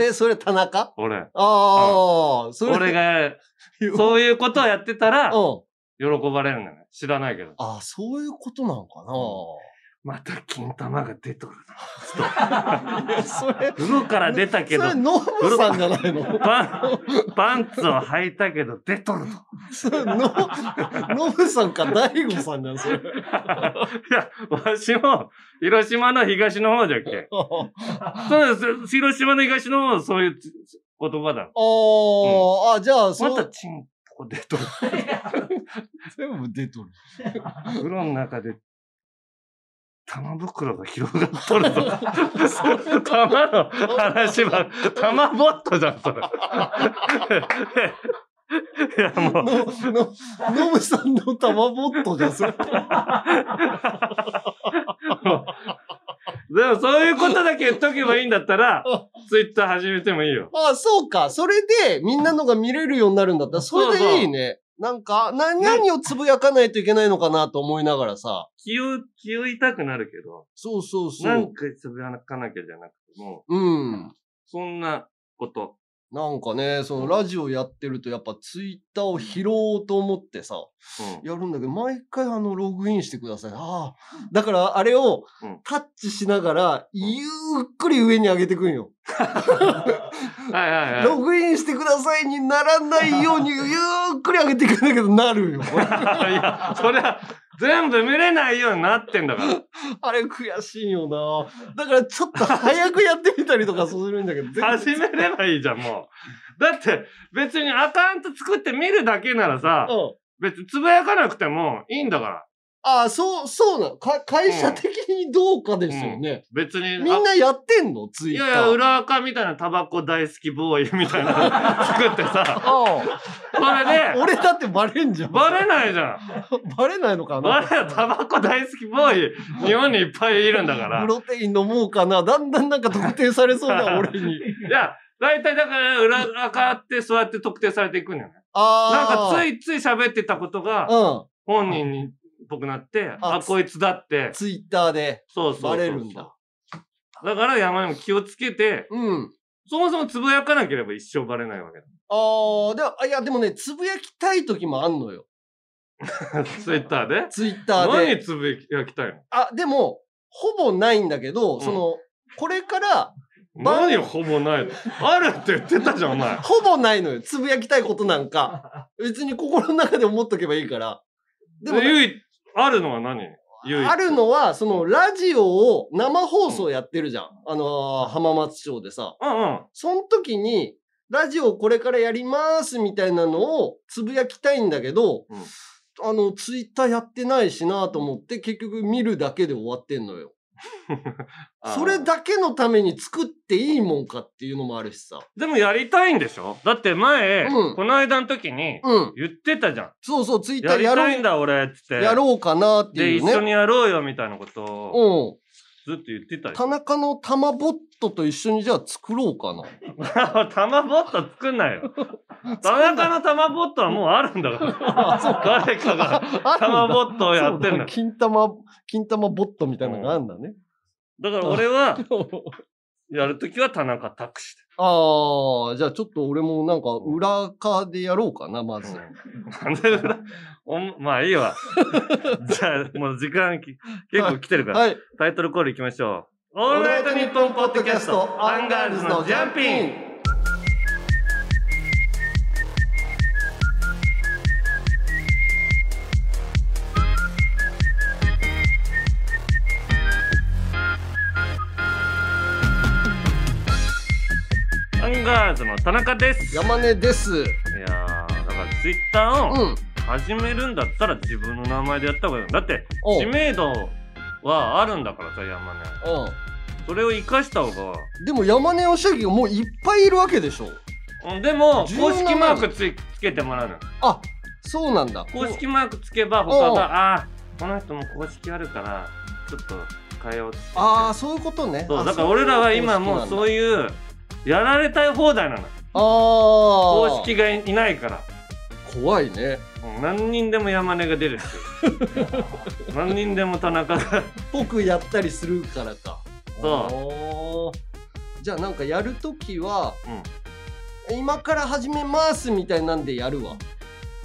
[SPEAKER 2] え、それ田中
[SPEAKER 3] 俺。
[SPEAKER 2] ああ、それ。
[SPEAKER 3] 俺が、
[SPEAKER 2] 言う、
[SPEAKER 3] そういうことをやってたら、
[SPEAKER 2] うん。
[SPEAKER 3] 喜ばれるんだね。知らないけど。
[SPEAKER 2] ああ、そういうことなのか
[SPEAKER 3] また金玉が出とる
[SPEAKER 2] な。い
[SPEAKER 3] [laughs]
[SPEAKER 2] や、それ、
[SPEAKER 3] な。風呂から出たけど
[SPEAKER 2] それ、、ノブさんじゃないの
[SPEAKER 3] [laughs] パン、パンツを履いたけど出と [laughs] ると。い
[SPEAKER 2] それ、ノノブさんか大悟さんじゃん、それ。
[SPEAKER 3] や、わしも、広島の東の方じゃっ [laughs] け。そうです。広島の東の方、そういう言葉だ。
[SPEAKER 2] ああ、あ、じゃあ、そ
[SPEAKER 3] また
[SPEAKER 2] う、
[SPEAKER 3] チンコ出とる。
[SPEAKER 2] 全部出とる。
[SPEAKER 3] 風呂の中で、玉袋が広がっとると。 [laughs] 玉の話は、玉ボットじゃん、それ。 [laughs] いや、もう、
[SPEAKER 2] ノノノブさんの玉ボットじゃん、それ。
[SPEAKER 3] でもそういうことだけ言っとけばいいんだったら、ツイッター始めてもいいよ。
[SPEAKER 2] ああ、そうか。それで、みんなのが見れるようになるんだったら、それでいいね。なんか、な、何をつぶやかないといけないのかなと思いながらさ。
[SPEAKER 3] 気を、気を痛くなるけど、
[SPEAKER 2] そうそうそ
[SPEAKER 3] なん
[SPEAKER 2] う。
[SPEAKER 3] かつぶやかなきゃじゃなくても、
[SPEAKER 2] うん。
[SPEAKER 3] そんなこと。
[SPEAKER 2] なんかね、そのラジオやってるとやっぱツイッターを拾おうと思ってさ、
[SPEAKER 3] うん
[SPEAKER 2] やるんだけど、毎回あの、ログインしてください。ああ。だからあれを
[SPEAKER 3] うん
[SPEAKER 2] タッチしながら、ゆっくり上に上げてくんよ。
[SPEAKER 3] はいはいはい。
[SPEAKER 2] ログインしてくださいにならないように、ゆっくり上げていくんだけど、なる
[SPEAKER 3] [laughs] い
[SPEAKER 2] よ。
[SPEAKER 3] や、そりゃ、全部見れないようになってんだから。
[SPEAKER 2] あれ悔しいよな。だからちょっと早くやってみたりとかするんだけ
[SPEAKER 3] [laughs]
[SPEAKER 2] ど、全然
[SPEAKER 3] 始めればいいじゃん、もう。だって、別にアカウント作って見るだけならさ、
[SPEAKER 2] うん。
[SPEAKER 3] 別につぶやかなくてもいいんだから。
[SPEAKER 2] ああ、そう、そうなの。か会社的にどうかですよね。
[SPEAKER 3] 別に。
[SPEAKER 2] みんなやってんのツ
[SPEAKER 3] い
[SPEAKER 2] イッター。
[SPEAKER 3] やいや、裏垢みたいなタバコ大好きボーイみたいなの [laughs] 作ってさ、
[SPEAKER 2] あ
[SPEAKER 3] それ
[SPEAKER 2] あ
[SPEAKER 3] で、
[SPEAKER 2] [laughs] 俺だってバレんじゃん。
[SPEAKER 3] バレないじゃん。
[SPEAKER 2] バレないのか
[SPEAKER 3] バ
[SPEAKER 2] な
[SPEAKER 3] レない、タバコ大好きボーイ、日本にいっぱいいるんだから。
[SPEAKER 2] プ
[SPEAKER 3] い
[SPEAKER 2] ロテイン飲もうかな。だんだんなんか特定されそう
[SPEAKER 3] [laughs]
[SPEAKER 2] だ、俺に。
[SPEAKER 3] や、大体だから裏垢ってそうやって特定されていくんだよね。なん
[SPEAKER 2] ああ。
[SPEAKER 3] かつ
[SPEAKER 2] い、
[SPEAKER 3] いつい喋ってたことが
[SPEAKER 2] う
[SPEAKER 3] 本人にっぽくなって、
[SPEAKER 2] あ
[SPEAKER 3] あ、こいつだって
[SPEAKER 2] ん。、ツイッターで
[SPEAKER 3] そうそうそうそう
[SPEAKER 2] バレるんだ。。
[SPEAKER 3] だから山にも気をつけて、
[SPEAKER 2] うん。
[SPEAKER 3] そもそもつぶやかなければ一生バレないわけだ。
[SPEAKER 2] ああ、でもあ、いや、でもね、つぶやきたい時もあんのよ。 [laughs]
[SPEAKER 3] ツイッターで。
[SPEAKER 2] ツイッターで。
[SPEAKER 3] 何つぶやきたいの
[SPEAKER 2] あ、でも、ほぼないんだけど、
[SPEAKER 3] ん
[SPEAKER 2] その、これから、バン
[SPEAKER 3] 何ほぼないのあるって言ってたじゃん、お前。
[SPEAKER 2] ほぼないのよ。つぶやきたいことな
[SPEAKER 3] [laughs]
[SPEAKER 2] んか。別に心の中で思っとけばいいから。 [laughs]
[SPEAKER 3] で
[SPEAKER 2] でも
[SPEAKER 3] も、
[SPEAKER 2] ね、
[SPEAKER 3] 唯一、あるのは何唯一。
[SPEAKER 2] あるのは、その、ラジオを生放送やってるじゃん。あのー浜松町でさ。
[SPEAKER 3] うんうん。
[SPEAKER 2] その時に、ラジオこれからやりますみたいなのをつぶやきたいんだけど、
[SPEAKER 3] うん
[SPEAKER 2] あの、ツイッターやってないしなと思って、結局見るだけで終わってんのよ。
[SPEAKER 3] あー
[SPEAKER 2] それ。だけのために作っていいもんかっていうのもあるしさ。
[SPEAKER 3] でもやりたいんでしょだって前、
[SPEAKER 2] うん
[SPEAKER 3] この間の時に、
[SPEAKER 2] うん。
[SPEAKER 3] 言ってたじゃん。
[SPEAKER 2] そうそう、ツイッタ
[SPEAKER 3] や
[SPEAKER 2] ー
[SPEAKER 3] り
[SPEAKER 2] や
[SPEAKER 3] た
[SPEAKER 2] ろ
[SPEAKER 3] いん
[SPEAKER 2] う、
[SPEAKER 3] だ、俺、っつって。
[SPEAKER 2] やろうかなって
[SPEAKER 3] で、
[SPEAKER 2] いう
[SPEAKER 3] 一緒
[SPEAKER 2] ね。
[SPEAKER 3] にやろうよ、みたいなことを、
[SPEAKER 2] う
[SPEAKER 3] ずっと言ってた
[SPEAKER 2] ん。田中の玉ボットと一緒にじゃあ作ろうかな。
[SPEAKER 3] 中。 [laughs] 玉ボット作んな
[SPEAKER 2] [laughs]
[SPEAKER 3] よ。田中の玉ボットはもうあるんだ
[SPEAKER 2] [laughs]
[SPEAKER 3] から。誰かが玉
[SPEAKER 2] ッ
[SPEAKER 3] ボットをやってんだ。
[SPEAKER 2] 金玉、金玉ボットみたいなのがあんだね。
[SPEAKER 3] だから俺は、やるときは田中拓司
[SPEAKER 2] ああ、じゃあちょっと俺もなんか裏側でやろうかな、まず。
[SPEAKER 3] なんで裏おんまあいい
[SPEAKER 2] [laughs]
[SPEAKER 3] わ。じゃあ、もう時間き結構来てるから、
[SPEAKER 2] はい。
[SPEAKER 3] タイトルコールいきましょう。オールナイトニッポンポッドキャスト、アンガールズのジャンピン。
[SPEAKER 2] ン
[SPEAKER 3] アンガールズの田中です。いや
[SPEAKER 2] 山根です。うん。
[SPEAKER 3] ー、だからツイッターを始めるんだったら自分の名前でやった方がいいの。だって、
[SPEAKER 2] おう
[SPEAKER 3] 知名度はあるんだからさ、山根。
[SPEAKER 2] う
[SPEAKER 3] それを活かした方が。
[SPEAKER 2] ん。でも山根おしゃぎがもういっぱいいるわけでしょ。
[SPEAKER 3] うんでも、
[SPEAKER 2] 17
[SPEAKER 3] 公式マークついつけてもらうの。
[SPEAKER 2] あ、そうなんだ。
[SPEAKER 3] 公式マークつけば他が、ああー、この人も公式あるから、ちょっと変えようって言って
[SPEAKER 2] ああ、そういうことね。
[SPEAKER 3] そうだから俺らは今もう
[SPEAKER 2] う
[SPEAKER 3] そういうやられたい放題なの
[SPEAKER 2] 公
[SPEAKER 3] 公式がいないから
[SPEAKER 2] あー怖いね
[SPEAKER 3] うん何人でも山根が出 [laughs] るし何人でも田中が
[SPEAKER 2] 僕やったりするからかそう。じゃあなんかやるときは、うん、今から始めますみたいなんでやるわ。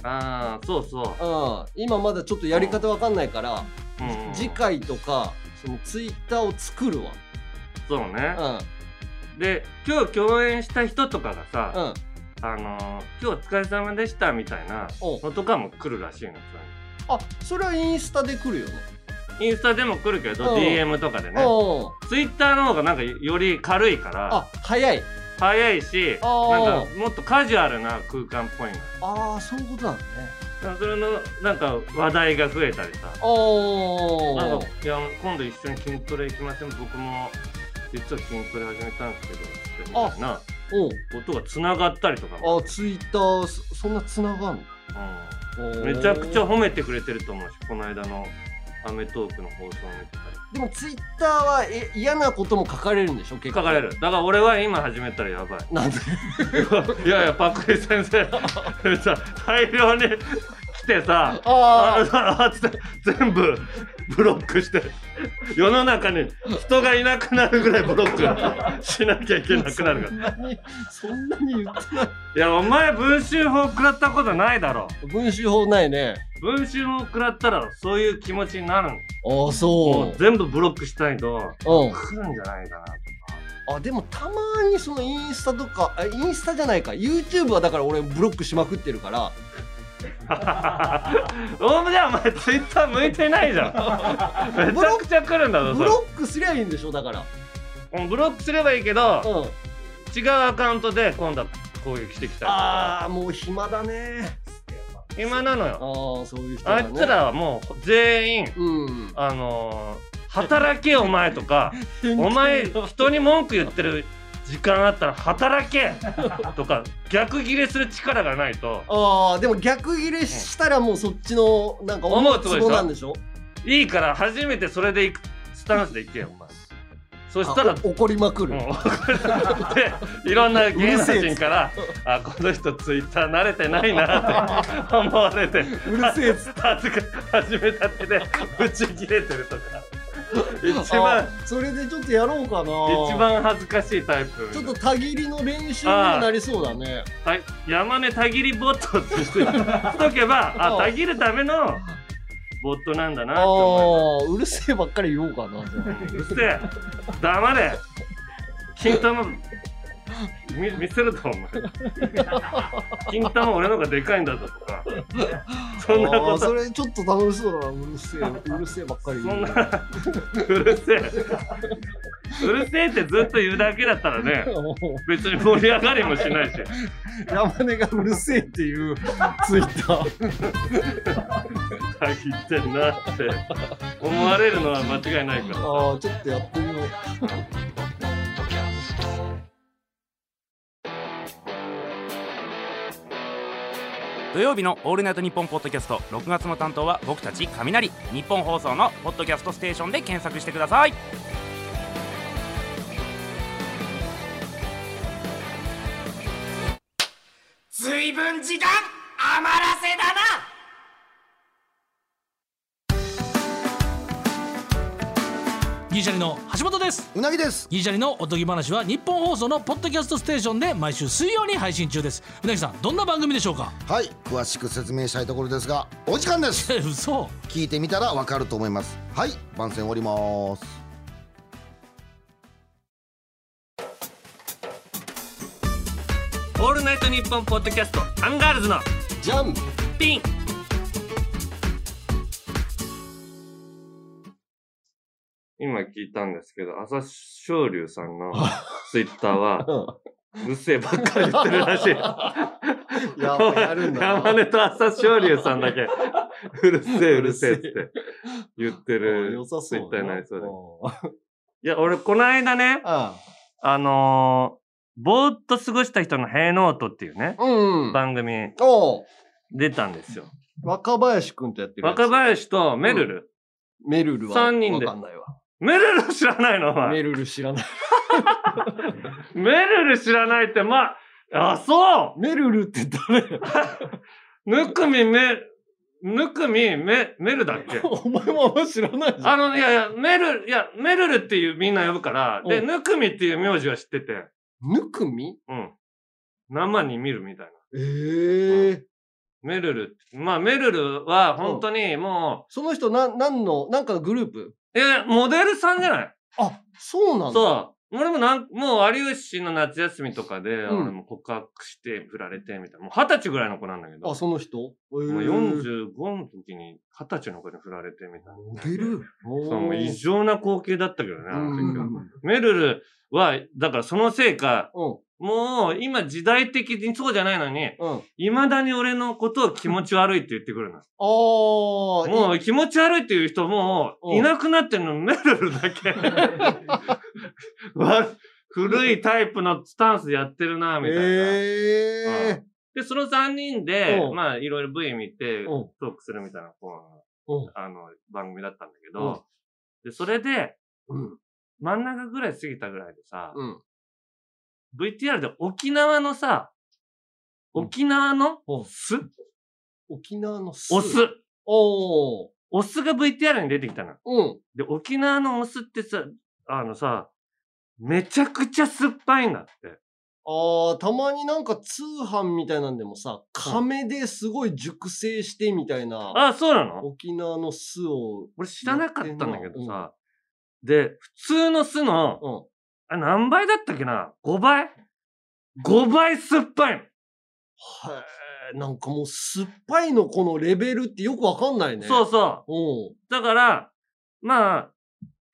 [SPEAKER 3] ああ、そうそう。
[SPEAKER 2] うん、今まだちょっとやり方わかんないから、うん、次回とか、そのツイッターを作るわ。
[SPEAKER 3] そうね。うん、で、今日共演した人とかがさ、うん、あのー、今日お疲れ様でしたみたいなのとかも来るらしいのさ。
[SPEAKER 2] あ、それはインスタで来るよね。
[SPEAKER 3] インスタでも来るけど、DM とかでね。ツイッターの方がなんかより軽いから。
[SPEAKER 2] あ、早い。
[SPEAKER 3] 早いし、なんかもっとカジュアルな空間っぽいの。
[SPEAKER 2] ああ、そういうことなんだね。
[SPEAKER 3] それのなんか話題が増えたりさ。
[SPEAKER 2] お
[SPEAKER 3] なんかいや今度一緒に筋トレ行きません。僕も実は筋トレ始めたんですけどみたいな音がつながったりとか。
[SPEAKER 2] あ、ツイッターそんなつながんの。
[SPEAKER 3] うん。めちゃくちゃ褒めてくれてると思うし、この間の。アメトークの放送を見てた
[SPEAKER 2] でもツイッターはえ嫌なことも書かれるんでしょ
[SPEAKER 3] 書かれるだから俺は今始めたらやばい
[SPEAKER 2] なんで
[SPEAKER 3] いやいやパクリ先生 [laughs] 大量に来てさ [laughs] あ全部ブロックして世の中に人がいなくなるぐらいブロックしなきゃいけなくなるから
[SPEAKER 2] そんなに言ってない
[SPEAKER 3] いやお前文集法食らったことないだろ
[SPEAKER 2] 文集法ないね
[SPEAKER 3] 文集法食らったらそういう気持ちになる
[SPEAKER 2] ああそう
[SPEAKER 3] 全部ブロックしたいと来るんじゃないかなと [laughs]
[SPEAKER 2] かあでもたまにそのインスタとかインスタじゃないか YouTube はだから俺ブロックしまくってるから
[SPEAKER 3] お前じゃお前ツイッター向いてないじ
[SPEAKER 2] [laughs]
[SPEAKER 3] ゃんめちゃくちゃ来るんだぞ
[SPEAKER 2] ブロックすりゃいいんでしょだから
[SPEAKER 3] ブロックすればいいけど、うん、違うアカウントで今度は攻撃してきた
[SPEAKER 2] ああもう暇だね
[SPEAKER 3] 暇なの
[SPEAKER 2] よあそういう人、
[SPEAKER 3] ね、あいつらはもう全員、うん、あのー、働けお前と
[SPEAKER 2] [laughs]
[SPEAKER 3] かお前人に文句言ってる時間あったら働
[SPEAKER 2] [laughs]
[SPEAKER 3] けとか逆ギレする力がないと
[SPEAKER 2] ああでも逆ギレしたらもうそっちのなんか
[SPEAKER 3] 思うつぼ
[SPEAKER 2] なんでしょ
[SPEAKER 3] いいから初めてそれでいくスタンスでいけよお前そした [laughs] ら
[SPEAKER 2] 怒りまくる、うん、
[SPEAKER 3] でいろんな芸能人から「あこの人ツイッター慣れてないな」って思われてう
[SPEAKER 2] るせえっつって
[SPEAKER 3] 始めたてでぶち切れてるとか。一番
[SPEAKER 2] それでちょっとやろうかな
[SPEAKER 3] 一番恥ずかしいタイプ
[SPEAKER 2] ちょっとたぎりの練習になりそうだね
[SPEAKER 3] はい山根たぎりボットってしてしとけ
[SPEAKER 2] [laughs]
[SPEAKER 3] ばあたぎるためのボットなんだなって思
[SPEAKER 2] うるせえばっかり言おうかな
[SPEAKER 3] うるせえ黙れ金玉見見せると
[SPEAKER 2] [laughs]
[SPEAKER 3] お前金玉俺の方がでかいんだぞとかそんなこと
[SPEAKER 2] それちょっと楽しそうだなうるせえうるせえばっかり
[SPEAKER 3] そんな [laughs] うるせえうるせえってずっと言うだけだったらね別に盛り上がりもしないし
[SPEAKER 2] 山根がうるせえっていうツイッター
[SPEAKER 3] 限ってんなって思われるのは間違いないから
[SPEAKER 2] ああちょっとやってみよう
[SPEAKER 4] 土曜日の「オールナイトニッポン」ポッドキャスト6月の担当は僕たち雷日本放送の「ポッドキャストステーション」で検索してください
[SPEAKER 5] ずいぶん時間余らせだな
[SPEAKER 6] ギリシャリの橋本です
[SPEAKER 7] うなぎです
[SPEAKER 6] ギリシャリのおとぎ話は日本放送のポッドキャストステーションで毎週水曜に配信中ですうなぎさんどんな番組でしょうか
[SPEAKER 7] はい詳しく説明したいところですがお時間です
[SPEAKER 6] 嘘
[SPEAKER 7] 聞いてみたらわかると思いますはい番宣終わります
[SPEAKER 3] オールナイトニッポンポッドキャストアンガールズの
[SPEAKER 2] ジャン
[SPEAKER 3] ピン今聞いたんですけど、朝青龍さんのツイッターは、うるせえばっかり言ってるらしい。
[SPEAKER 2] やっぱやるんだな。
[SPEAKER 3] 山根と朝青龍さんだけ、うるせえうるせえって言って
[SPEAKER 2] [laughs]
[SPEAKER 3] るツイッターになりそうで。いや、俺、この間ね、あのー、ぼーっと過ごした人のヘイノートっていうね、うんうん、番組、出たんですよ。
[SPEAKER 2] 若林くんとやってる
[SPEAKER 3] 若林とめるる。
[SPEAKER 2] うん、めるるは
[SPEAKER 3] 3人で。
[SPEAKER 2] わかんないわ。
[SPEAKER 3] メルル知らないの
[SPEAKER 2] メルル知らない。 [laughs]
[SPEAKER 3] メルル知らないって、まあ、あ、そう [laughs]
[SPEAKER 2] メルルって誰
[SPEAKER 3] ぬくみめ、ぬくみめメルだっけ
[SPEAKER 2] お前もあんま知らないじゃん。
[SPEAKER 3] あの、いやいや、メル、いや、メルルっていうみんな呼ぶから、で、ぬくみっていう名字は知ってて、
[SPEAKER 2] ぬくみ
[SPEAKER 3] うん。生に見るみたいな。
[SPEAKER 2] ええ
[SPEAKER 3] メルルって、まあ、メルルは本当にも
[SPEAKER 2] その人、なん、なんの、なんかのグループ
[SPEAKER 3] う、え、モデルさんじゃない
[SPEAKER 2] あ、そうなんだ。
[SPEAKER 3] そう。俺もなん、もう有吉の夏休みとかで、
[SPEAKER 2] ん
[SPEAKER 3] 俺も告白して、振られて、みたいな。もう二十歳ぐらいの子なんだけど。
[SPEAKER 2] あ、その人え
[SPEAKER 3] もう45の時に二十歳の子に振られて、みたいな。
[SPEAKER 2] モデル
[SPEAKER 3] [laughs] そう、もう異常な光景だったけどね、あの時は
[SPEAKER 2] うん
[SPEAKER 3] メルルは、だからそのせいか、
[SPEAKER 2] うん。
[SPEAKER 3] もう今時代的にそうじゃないのに、
[SPEAKER 2] うん。
[SPEAKER 3] 未だに俺のことを気持ち悪いって言ってくるの。
[SPEAKER 2] あー。
[SPEAKER 3] もう気持ち悪いっていう人もういなくなってるの、メルルだけ。わ古いタイプのスタンスやってるな、みたいな。
[SPEAKER 2] え
[SPEAKER 3] で、その3人で
[SPEAKER 2] う、ん
[SPEAKER 3] まあ、いろいろ V 見て
[SPEAKER 2] ー。、うん。
[SPEAKER 3] トークするみたいな、こ
[SPEAKER 2] うん
[SPEAKER 3] う、あの、番組だったんだけど、で、それで、
[SPEAKER 2] うん
[SPEAKER 3] 真ん中ぐらい過ぎたぐらいでさ、
[SPEAKER 2] うん。
[SPEAKER 3] VTR で沖縄のさ、沖縄の
[SPEAKER 2] うん
[SPEAKER 3] 酢、
[SPEAKER 2] 沖縄の
[SPEAKER 3] お酢
[SPEAKER 2] ス。おー。
[SPEAKER 3] お酢が VTR に出てきたの。
[SPEAKER 2] うん。
[SPEAKER 3] で、沖縄のお酢ってさ、あのさ、めちゃくちゃ酸っぱいんだって。
[SPEAKER 2] あー、たまになんか通販みたいなんでもさ、亀ですごい熟成してみたいな、
[SPEAKER 3] あ、そうなの
[SPEAKER 2] 沖縄の酢を、
[SPEAKER 3] 俺知らなかったんだけどさ、で、普通の酢の、
[SPEAKER 2] うん。
[SPEAKER 3] あ何倍だったっけな ?5 倍 ?5 倍酸っぱいの。
[SPEAKER 2] はい。なんかもう酸っぱいのこのレベルってよくわかんないね。
[SPEAKER 3] そうそう。
[SPEAKER 2] う。
[SPEAKER 3] だから、まあ、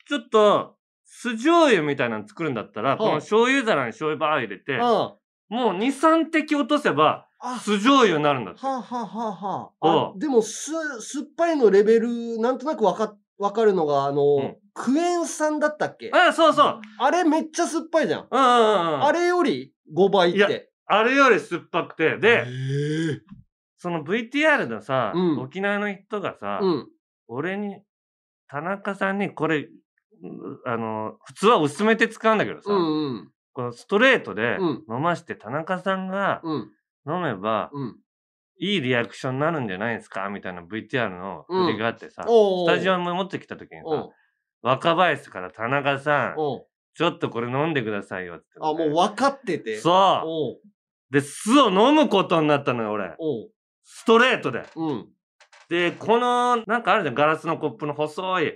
[SPEAKER 3] ちょっと、酢醤油みたいなの作るんだったら、この醤油皿に醤油バー入れて、
[SPEAKER 2] ん。あ
[SPEAKER 3] もう2、3滴落とせば、
[SPEAKER 2] あ。あ、
[SPEAKER 3] 酢醤油になるんだって。
[SPEAKER 2] はあ、はあはあはあ、あ
[SPEAKER 3] う
[SPEAKER 2] でもす、酸っぱいのレベル、なんとなくわか、わかるのが、あの、
[SPEAKER 3] うん
[SPEAKER 2] クエン酸だったっけあ
[SPEAKER 3] あ、そうそう。
[SPEAKER 2] れめっちゃ酸っぱいじゃん。
[SPEAKER 3] うんうんうん。
[SPEAKER 2] あれより5倍っ
[SPEAKER 3] いや
[SPEAKER 2] て。
[SPEAKER 3] あれより酸っぱくて、
[SPEAKER 2] へ
[SPEAKER 3] で、
[SPEAKER 2] え
[SPEAKER 3] その VTR のさ、
[SPEAKER 2] うん
[SPEAKER 3] 沖縄の人がさ、
[SPEAKER 2] うん。
[SPEAKER 3] 俺に、田中さんにこれ、うあの、普通は薄めて使うんだけどさ、
[SPEAKER 2] うんうん。
[SPEAKER 3] このストレートで
[SPEAKER 2] うん
[SPEAKER 3] 飲まして田中さんが
[SPEAKER 2] うん。
[SPEAKER 3] 飲めば
[SPEAKER 2] うん。
[SPEAKER 3] いいリアクションになるんじゃないですかみたいな VTR の振りがあってさ、
[SPEAKER 2] お
[SPEAKER 3] スタジオに持ってきた時に
[SPEAKER 2] お
[SPEAKER 3] さ、若林から田中さん、
[SPEAKER 2] お
[SPEAKER 3] ちょっとこれ飲んでくださいよって
[SPEAKER 2] あ、もう
[SPEAKER 3] わ
[SPEAKER 2] 分かってて。う。
[SPEAKER 3] そ
[SPEAKER 2] おう
[SPEAKER 3] う。で、酢を飲むことになったのよ、俺。
[SPEAKER 2] おう
[SPEAKER 3] ストレートで。
[SPEAKER 2] うん。
[SPEAKER 3] で、この、なんかあるじゃん、ガラスのコップの細い、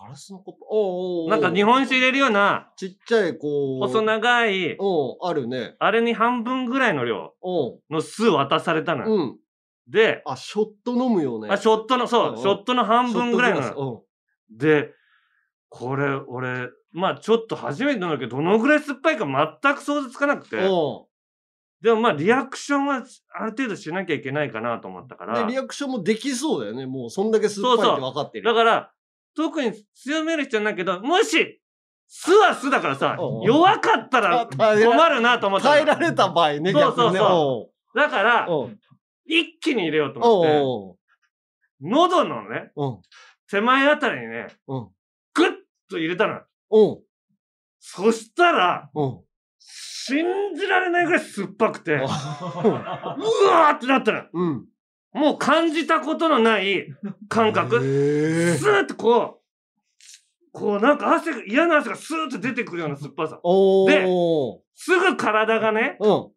[SPEAKER 2] ガラスのコップ。おうおうおう
[SPEAKER 3] なんか日本酒入れるような、
[SPEAKER 2] ちっちゃい、こう。
[SPEAKER 3] 細長い、
[SPEAKER 2] うん、あるね。
[SPEAKER 3] あれに半分ぐらいの量
[SPEAKER 2] うん。
[SPEAKER 3] の酢渡されたのよ。
[SPEAKER 2] うん。
[SPEAKER 3] で、
[SPEAKER 2] あ、ショット飲むよね。
[SPEAKER 3] あ、ショットの、そうう、
[SPEAKER 2] ん
[SPEAKER 3] ショットの半
[SPEAKER 2] ショッ
[SPEAKER 3] 分ぐ
[SPEAKER 2] トグ
[SPEAKER 3] らい
[SPEAKER 2] ラ
[SPEAKER 3] な
[SPEAKER 2] ス
[SPEAKER 3] の。で、これ、俺、まあちょっと初めて飲んだけど、どのぐらい酸っぱいか全く想像つかなくて、でもまあリアクションはある程度しなきゃいけないかなと思ったか
[SPEAKER 2] うん。
[SPEAKER 3] ら、
[SPEAKER 2] で、リアクションもできそうだよね。もう、そんだけ酸っぱいって分かってる。
[SPEAKER 3] だから、特に強める必要ないけど、もし、酢は酢だからさ
[SPEAKER 2] うん、
[SPEAKER 3] 弱かったら
[SPEAKER 2] あ耐えら
[SPEAKER 3] 困るなと思ったの
[SPEAKER 2] 耐えられた場合ね、
[SPEAKER 3] そう
[SPEAKER 2] 逆
[SPEAKER 3] そうそう
[SPEAKER 2] にね。お
[SPEAKER 3] だから、
[SPEAKER 2] う
[SPEAKER 3] 一気に入れようと
[SPEAKER 2] お
[SPEAKER 3] 思って、
[SPEAKER 2] お
[SPEAKER 3] 喉のね、
[SPEAKER 2] おうん。
[SPEAKER 3] 手前あたりにね、
[SPEAKER 2] うん
[SPEAKER 3] グッと入れたの。
[SPEAKER 2] お
[SPEAKER 3] そしたら、
[SPEAKER 2] うん。
[SPEAKER 3] 信じられないぐらい酸っぱくて、うわーってなったの。 [laughs]
[SPEAKER 2] うん。
[SPEAKER 3] もう感じたことのない感覚。
[SPEAKER 2] へえ
[SPEAKER 3] スーってこう、こうなんか汗が、嫌な汗がスーって出てくるような酸っぱさ。
[SPEAKER 2] お
[SPEAKER 3] で
[SPEAKER 2] お
[SPEAKER 3] すぐ体がね、
[SPEAKER 2] うん。お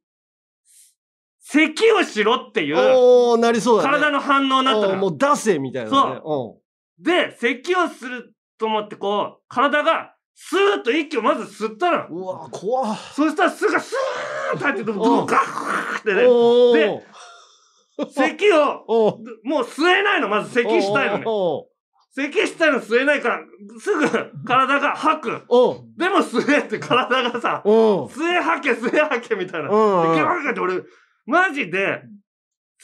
[SPEAKER 3] 咳をしろっていう
[SPEAKER 2] おなりそうだね。
[SPEAKER 3] 体の反応になった
[SPEAKER 2] おうも
[SPEAKER 3] の。
[SPEAKER 2] う出せみたいなね。そ
[SPEAKER 3] で、咳をすると思ってこう、体がスーッと息をまず吸ったの。
[SPEAKER 2] うん。うわ、怖っ。
[SPEAKER 3] そしたらすぐスーッと入って、
[SPEAKER 2] お
[SPEAKER 3] ド
[SPEAKER 2] う
[SPEAKER 3] カッってね、
[SPEAKER 2] お
[SPEAKER 3] で咳を、
[SPEAKER 2] おお
[SPEAKER 3] もう吸えないの、まず咳したいのね。
[SPEAKER 2] お
[SPEAKER 3] 咳したいの吸えないから、すぐ体が吐く。
[SPEAKER 2] おう
[SPEAKER 3] でも吸えって体がさ、
[SPEAKER 2] おう
[SPEAKER 3] 吸え吐け吸え吐けみたいな。で
[SPEAKER 2] うんうん
[SPEAKER 3] ギャーって俺、マジで、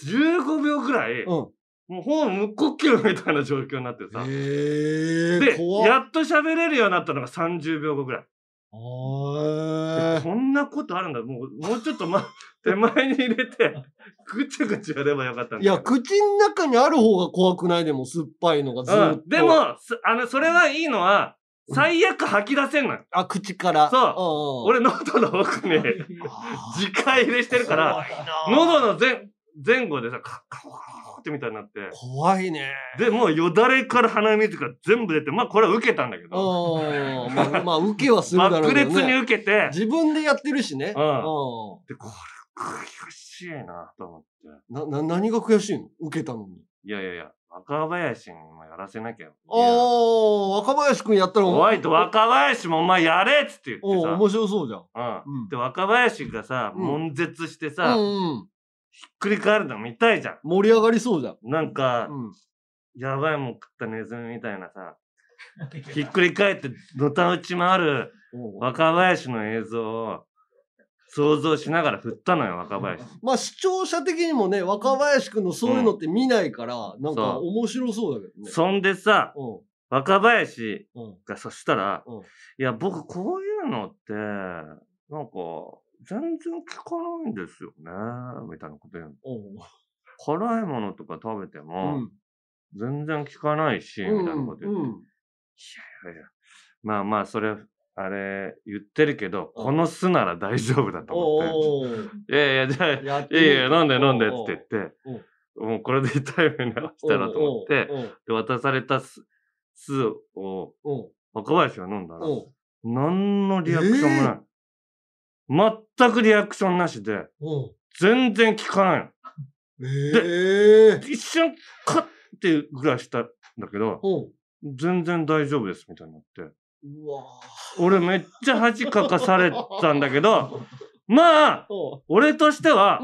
[SPEAKER 3] 15秒ぐらい、
[SPEAKER 2] う
[SPEAKER 3] も
[SPEAKER 2] ん。
[SPEAKER 3] うほぼ無呼吸みたいな状況になってさ。
[SPEAKER 2] へえ
[SPEAKER 3] で、
[SPEAKER 2] 怖っ
[SPEAKER 3] やっと喋れるようになったのが30秒後ぐらい。
[SPEAKER 2] あー
[SPEAKER 3] こんなことあるんだ。もう、もうちょっと、ま、手前に入れて、ぐちゃぐちゃやればよかったんだ
[SPEAKER 2] い
[SPEAKER 3] けど
[SPEAKER 2] や、口の中にある方が怖くないでも、酸っぱいのがずーっと。
[SPEAKER 3] うん。で、も、すあの、それはいいのは、最悪吐き出せんのよ。
[SPEAKER 2] あ、口から。
[SPEAKER 3] そ
[SPEAKER 2] うんうん、
[SPEAKER 3] 俺、喉の奥に、
[SPEAKER 2] あー
[SPEAKER 3] 直入れしてるから、
[SPEAKER 2] 怖いな
[SPEAKER 3] 喉の全、前後でさ、カッカッカッってみたいになって、
[SPEAKER 2] 怖いね。
[SPEAKER 3] で、もうよだれから鼻水が全部出て、まあこれは受けたんだけ
[SPEAKER 2] う
[SPEAKER 3] ど、
[SPEAKER 2] ん。まあ、まあ、受けはするだろう
[SPEAKER 3] 爆
[SPEAKER 2] け
[SPEAKER 3] 裂
[SPEAKER 2] ど
[SPEAKER 3] に
[SPEAKER 2] ね。
[SPEAKER 3] 受けて、
[SPEAKER 2] 自分でやってるしね。
[SPEAKER 3] うん
[SPEAKER 2] う
[SPEAKER 3] で、これ悔しいなと思って。
[SPEAKER 2] ん。な、な、何が悔しいの受けたのに。
[SPEAKER 3] いやいやいや、若林にもやらせなきゃ。
[SPEAKER 2] ああ、若林くんやったら
[SPEAKER 3] ホワイト若林もお前やれっつって言
[SPEAKER 2] お
[SPEAKER 3] っ
[SPEAKER 2] お
[SPEAKER 3] て
[SPEAKER 2] 面白そうじゃん。
[SPEAKER 3] さ、
[SPEAKER 2] う
[SPEAKER 3] うんん。で、若林がさ、
[SPEAKER 2] うん
[SPEAKER 3] 悶絶してさ、ひっ
[SPEAKER 2] うんうん。
[SPEAKER 3] くり返るの見たいじゃん。
[SPEAKER 2] 盛り上がりそうじゃん。
[SPEAKER 3] なんか、
[SPEAKER 2] うん。
[SPEAKER 3] やばいもん食ったネズミみたいな
[SPEAKER 2] [laughs]
[SPEAKER 3] さ、ひっくり返ってのたうち回る若林の映像を想像しながら振ったのよ、若林。
[SPEAKER 2] まあ視聴者的にもね、若林くんのそういうのって見ないから、なんか
[SPEAKER 3] そう
[SPEAKER 2] 面白そうだけどね。
[SPEAKER 3] そんでさ、
[SPEAKER 2] う
[SPEAKER 3] 若林
[SPEAKER 2] ん。うん。
[SPEAKER 3] がそしたら、
[SPEAKER 2] うん
[SPEAKER 3] いや、僕こういうのって、なんか、全然効かないんですよね、みたいなこと言うの。
[SPEAKER 2] う
[SPEAKER 3] 辛いものとか食べて
[SPEAKER 2] ん。う
[SPEAKER 3] も、
[SPEAKER 2] ん。
[SPEAKER 3] 全然効かないし、みたいなこと言って。
[SPEAKER 2] うん。
[SPEAKER 3] いやいやまあまあ、それ、あれ、言ってるけど、この巣なら大丈夫だと
[SPEAKER 2] お
[SPEAKER 3] 思っ
[SPEAKER 2] おー。
[SPEAKER 3] て。いやいや、じ
[SPEAKER 2] [laughs]
[SPEAKER 3] ゃあ、い
[SPEAKER 2] やって
[SPEAKER 3] や
[SPEAKER 2] み
[SPEAKER 3] い
[SPEAKER 2] る
[SPEAKER 3] や、飲んで飲んでって言って
[SPEAKER 2] おうおう、
[SPEAKER 3] もうこれで痛い目に遭わせたらと思って、
[SPEAKER 2] おう
[SPEAKER 3] で、渡された巣巣を
[SPEAKER 2] おう
[SPEAKER 3] 若林が飲んだら
[SPEAKER 2] おう、おう
[SPEAKER 3] 何のリアクションもない。全くリアクションなしで、
[SPEAKER 2] おう
[SPEAKER 3] 全然効かないの。
[SPEAKER 2] ええ。
[SPEAKER 3] 一瞬、カッっていうぐらいしたんだけど、
[SPEAKER 2] おう
[SPEAKER 3] 全然大丈夫です、みたいになって。
[SPEAKER 2] うわ
[SPEAKER 3] 俺めっちゃ恥かかされたんだけど、まあ、
[SPEAKER 2] おう
[SPEAKER 3] 俺としては、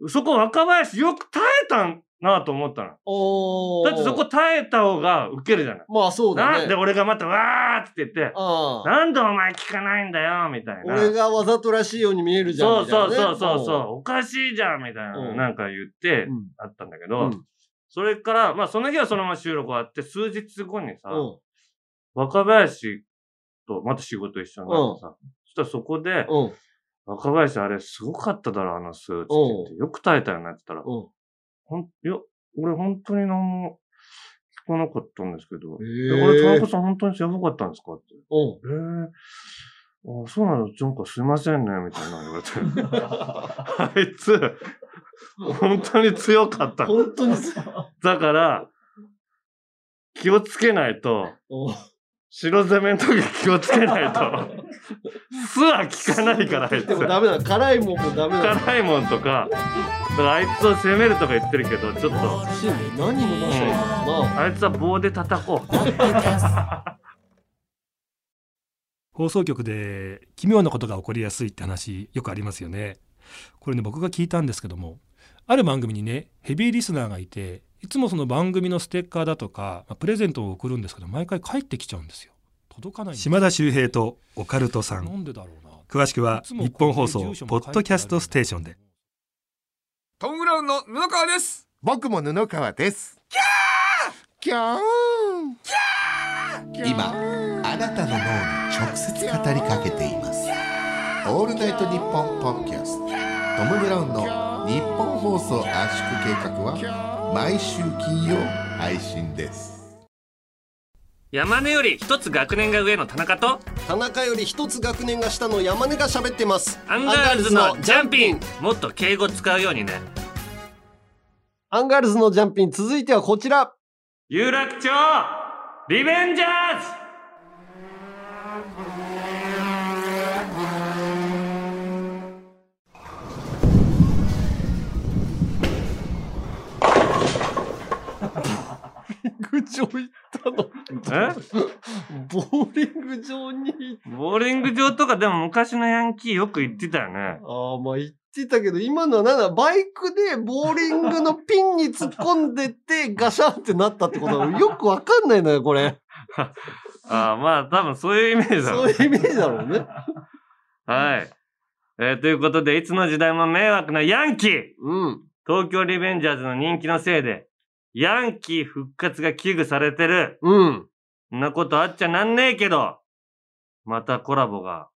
[SPEAKER 2] うん。
[SPEAKER 3] そこ若林よく耐えたなと思ったの。
[SPEAKER 2] おお。
[SPEAKER 3] だってそこ。耐えた方がウケるじゃない。
[SPEAKER 2] まあそうだね。
[SPEAKER 3] なんで俺がまたわーって言って、
[SPEAKER 2] ああ。
[SPEAKER 3] なんでお前聞かないんだよ、みたいな。
[SPEAKER 2] 俺がわざとらしいように見えるじゃん。
[SPEAKER 3] そう
[SPEAKER 2] みた
[SPEAKER 3] そ
[SPEAKER 2] いうなね
[SPEAKER 3] そうそうそう、おかしいじゃん、みたいな、
[SPEAKER 2] うん
[SPEAKER 3] なんか言って
[SPEAKER 2] う、ん。
[SPEAKER 3] あったんだけ
[SPEAKER 2] う
[SPEAKER 3] ど、
[SPEAKER 2] ん。
[SPEAKER 3] それから、まあその日はそのまま収録終わって、数日後にさ、
[SPEAKER 2] うん。
[SPEAKER 3] 若林とまた仕事一緒になってさ、そしたらそこで、
[SPEAKER 2] うん。
[SPEAKER 3] 若林あれすごかっただろ、あのスーツって言って。よく耐えたよなって言ったら、
[SPEAKER 2] う
[SPEAKER 3] ほん、いや、俺本当に何も聞かなかったんですけど、え
[SPEAKER 2] ん。
[SPEAKER 3] これ田
[SPEAKER 2] え
[SPEAKER 3] 中さん本当にやばかったんですかって。
[SPEAKER 2] うん。
[SPEAKER 3] えー、あそうなのなんかすいませんね、みたいなの言われて。あいつ、本当に強かった。
[SPEAKER 2] 本当にさ。
[SPEAKER 3] だから、気をつけないと、
[SPEAKER 2] うん
[SPEAKER 3] 白攻めの時気をつけないと、巣は効かないから、あいつ
[SPEAKER 2] で。もダメだ。辛いもんもダメだ。
[SPEAKER 3] 辛いもんとか、だからあいつを責めるとか言ってるけど、ちょっと、
[SPEAKER 2] シン何飲ませたのか
[SPEAKER 3] あいつは棒で叩こう。
[SPEAKER 8] 放送局で奇妙なことが起こりやすいって話よくありますよねこれね僕が聞いたんですけどもある番組にねヘビーリスナーがいていつもその番組のステッカーだとか、まあプレゼントを送るんですけど毎回帰ってきちゃうんですよ届かないんですよ
[SPEAKER 9] 島田秀平とオカルトさ
[SPEAKER 8] なんんでだろうな
[SPEAKER 9] 詳しくはい
[SPEAKER 8] つも
[SPEAKER 9] 日本放送ポッドキャストステーションで
[SPEAKER 5] トム・ブラウンの布川です
[SPEAKER 10] 僕も布川ですキャーキャー
[SPEAKER 11] 今あなたの脳に直接語りかけていますオールナイトニッポンポッドキャストトム・ブラウンの日本放送圧縮計画は毎週金曜配信です
[SPEAKER 4] 山根より一つ学年が上の田中と
[SPEAKER 2] な田中より一つ学年が下の山根が喋ってます。
[SPEAKER 4] アンガールズのジャンピンもっと敬語使うようにね
[SPEAKER 2] アンガールズのジャンピン、続いてはこちら。
[SPEAKER 3] 有楽町、リベンジャーズ
[SPEAKER 2] グ場行ったの。
[SPEAKER 3] え
[SPEAKER 2] ボーリング場に行っ
[SPEAKER 3] ボーリング場とかでも昔のヤンキーよく行ってたよね。
[SPEAKER 2] ああ、まあ行ってたけど、今のはなんだ、バイクでボーリングのピンに突っ込ん
[SPEAKER 3] [laughs]
[SPEAKER 2] でって、ガシャンってなったってことだよくわかんないのよ、これ。
[SPEAKER 3] ああ、まあ多分そういうイメージだろ
[SPEAKER 2] そうう
[SPEAKER 3] ね
[SPEAKER 2] いうイメージだろうね。
[SPEAKER 3] はい。えーということで、いつの時代も迷惑なヤンキー
[SPEAKER 2] うん。
[SPEAKER 3] 東京リベンジャーズの人気のせいで、ヤンキー復活が危惧されてる。
[SPEAKER 2] うん。
[SPEAKER 3] んなことあっちゃなんねえけど、またコラボが、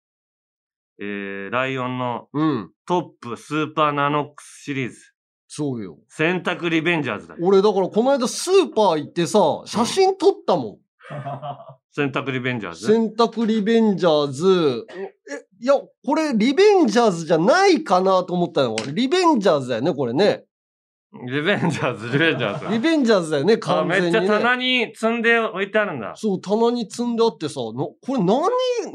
[SPEAKER 3] えー、ライオンの
[SPEAKER 2] うん。
[SPEAKER 3] トップスーパーナノックスシリーズ、
[SPEAKER 2] そうよ。
[SPEAKER 3] 選択リベンジャーズだ。
[SPEAKER 2] 俺だからこの間スーパー行ってさ、写真撮ったもん。
[SPEAKER 3] 洗濯リベンジャーズ。
[SPEAKER 2] 洗濯リベンジャーズ。え、いや、これリベンジャーズじゃないかなと思ったの。リベンジャーズだよね、これね。
[SPEAKER 3] リベンジャーズ、リベンジャーズ。
[SPEAKER 2] リベンジャーズだよね、
[SPEAKER 3] あ
[SPEAKER 2] 完全
[SPEAKER 3] め
[SPEAKER 2] に、
[SPEAKER 3] っ
[SPEAKER 2] ね。
[SPEAKER 3] ちゃ棚に積んで置いてあるんだ。
[SPEAKER 2] そう、棚に積んであってさ、なこれ何、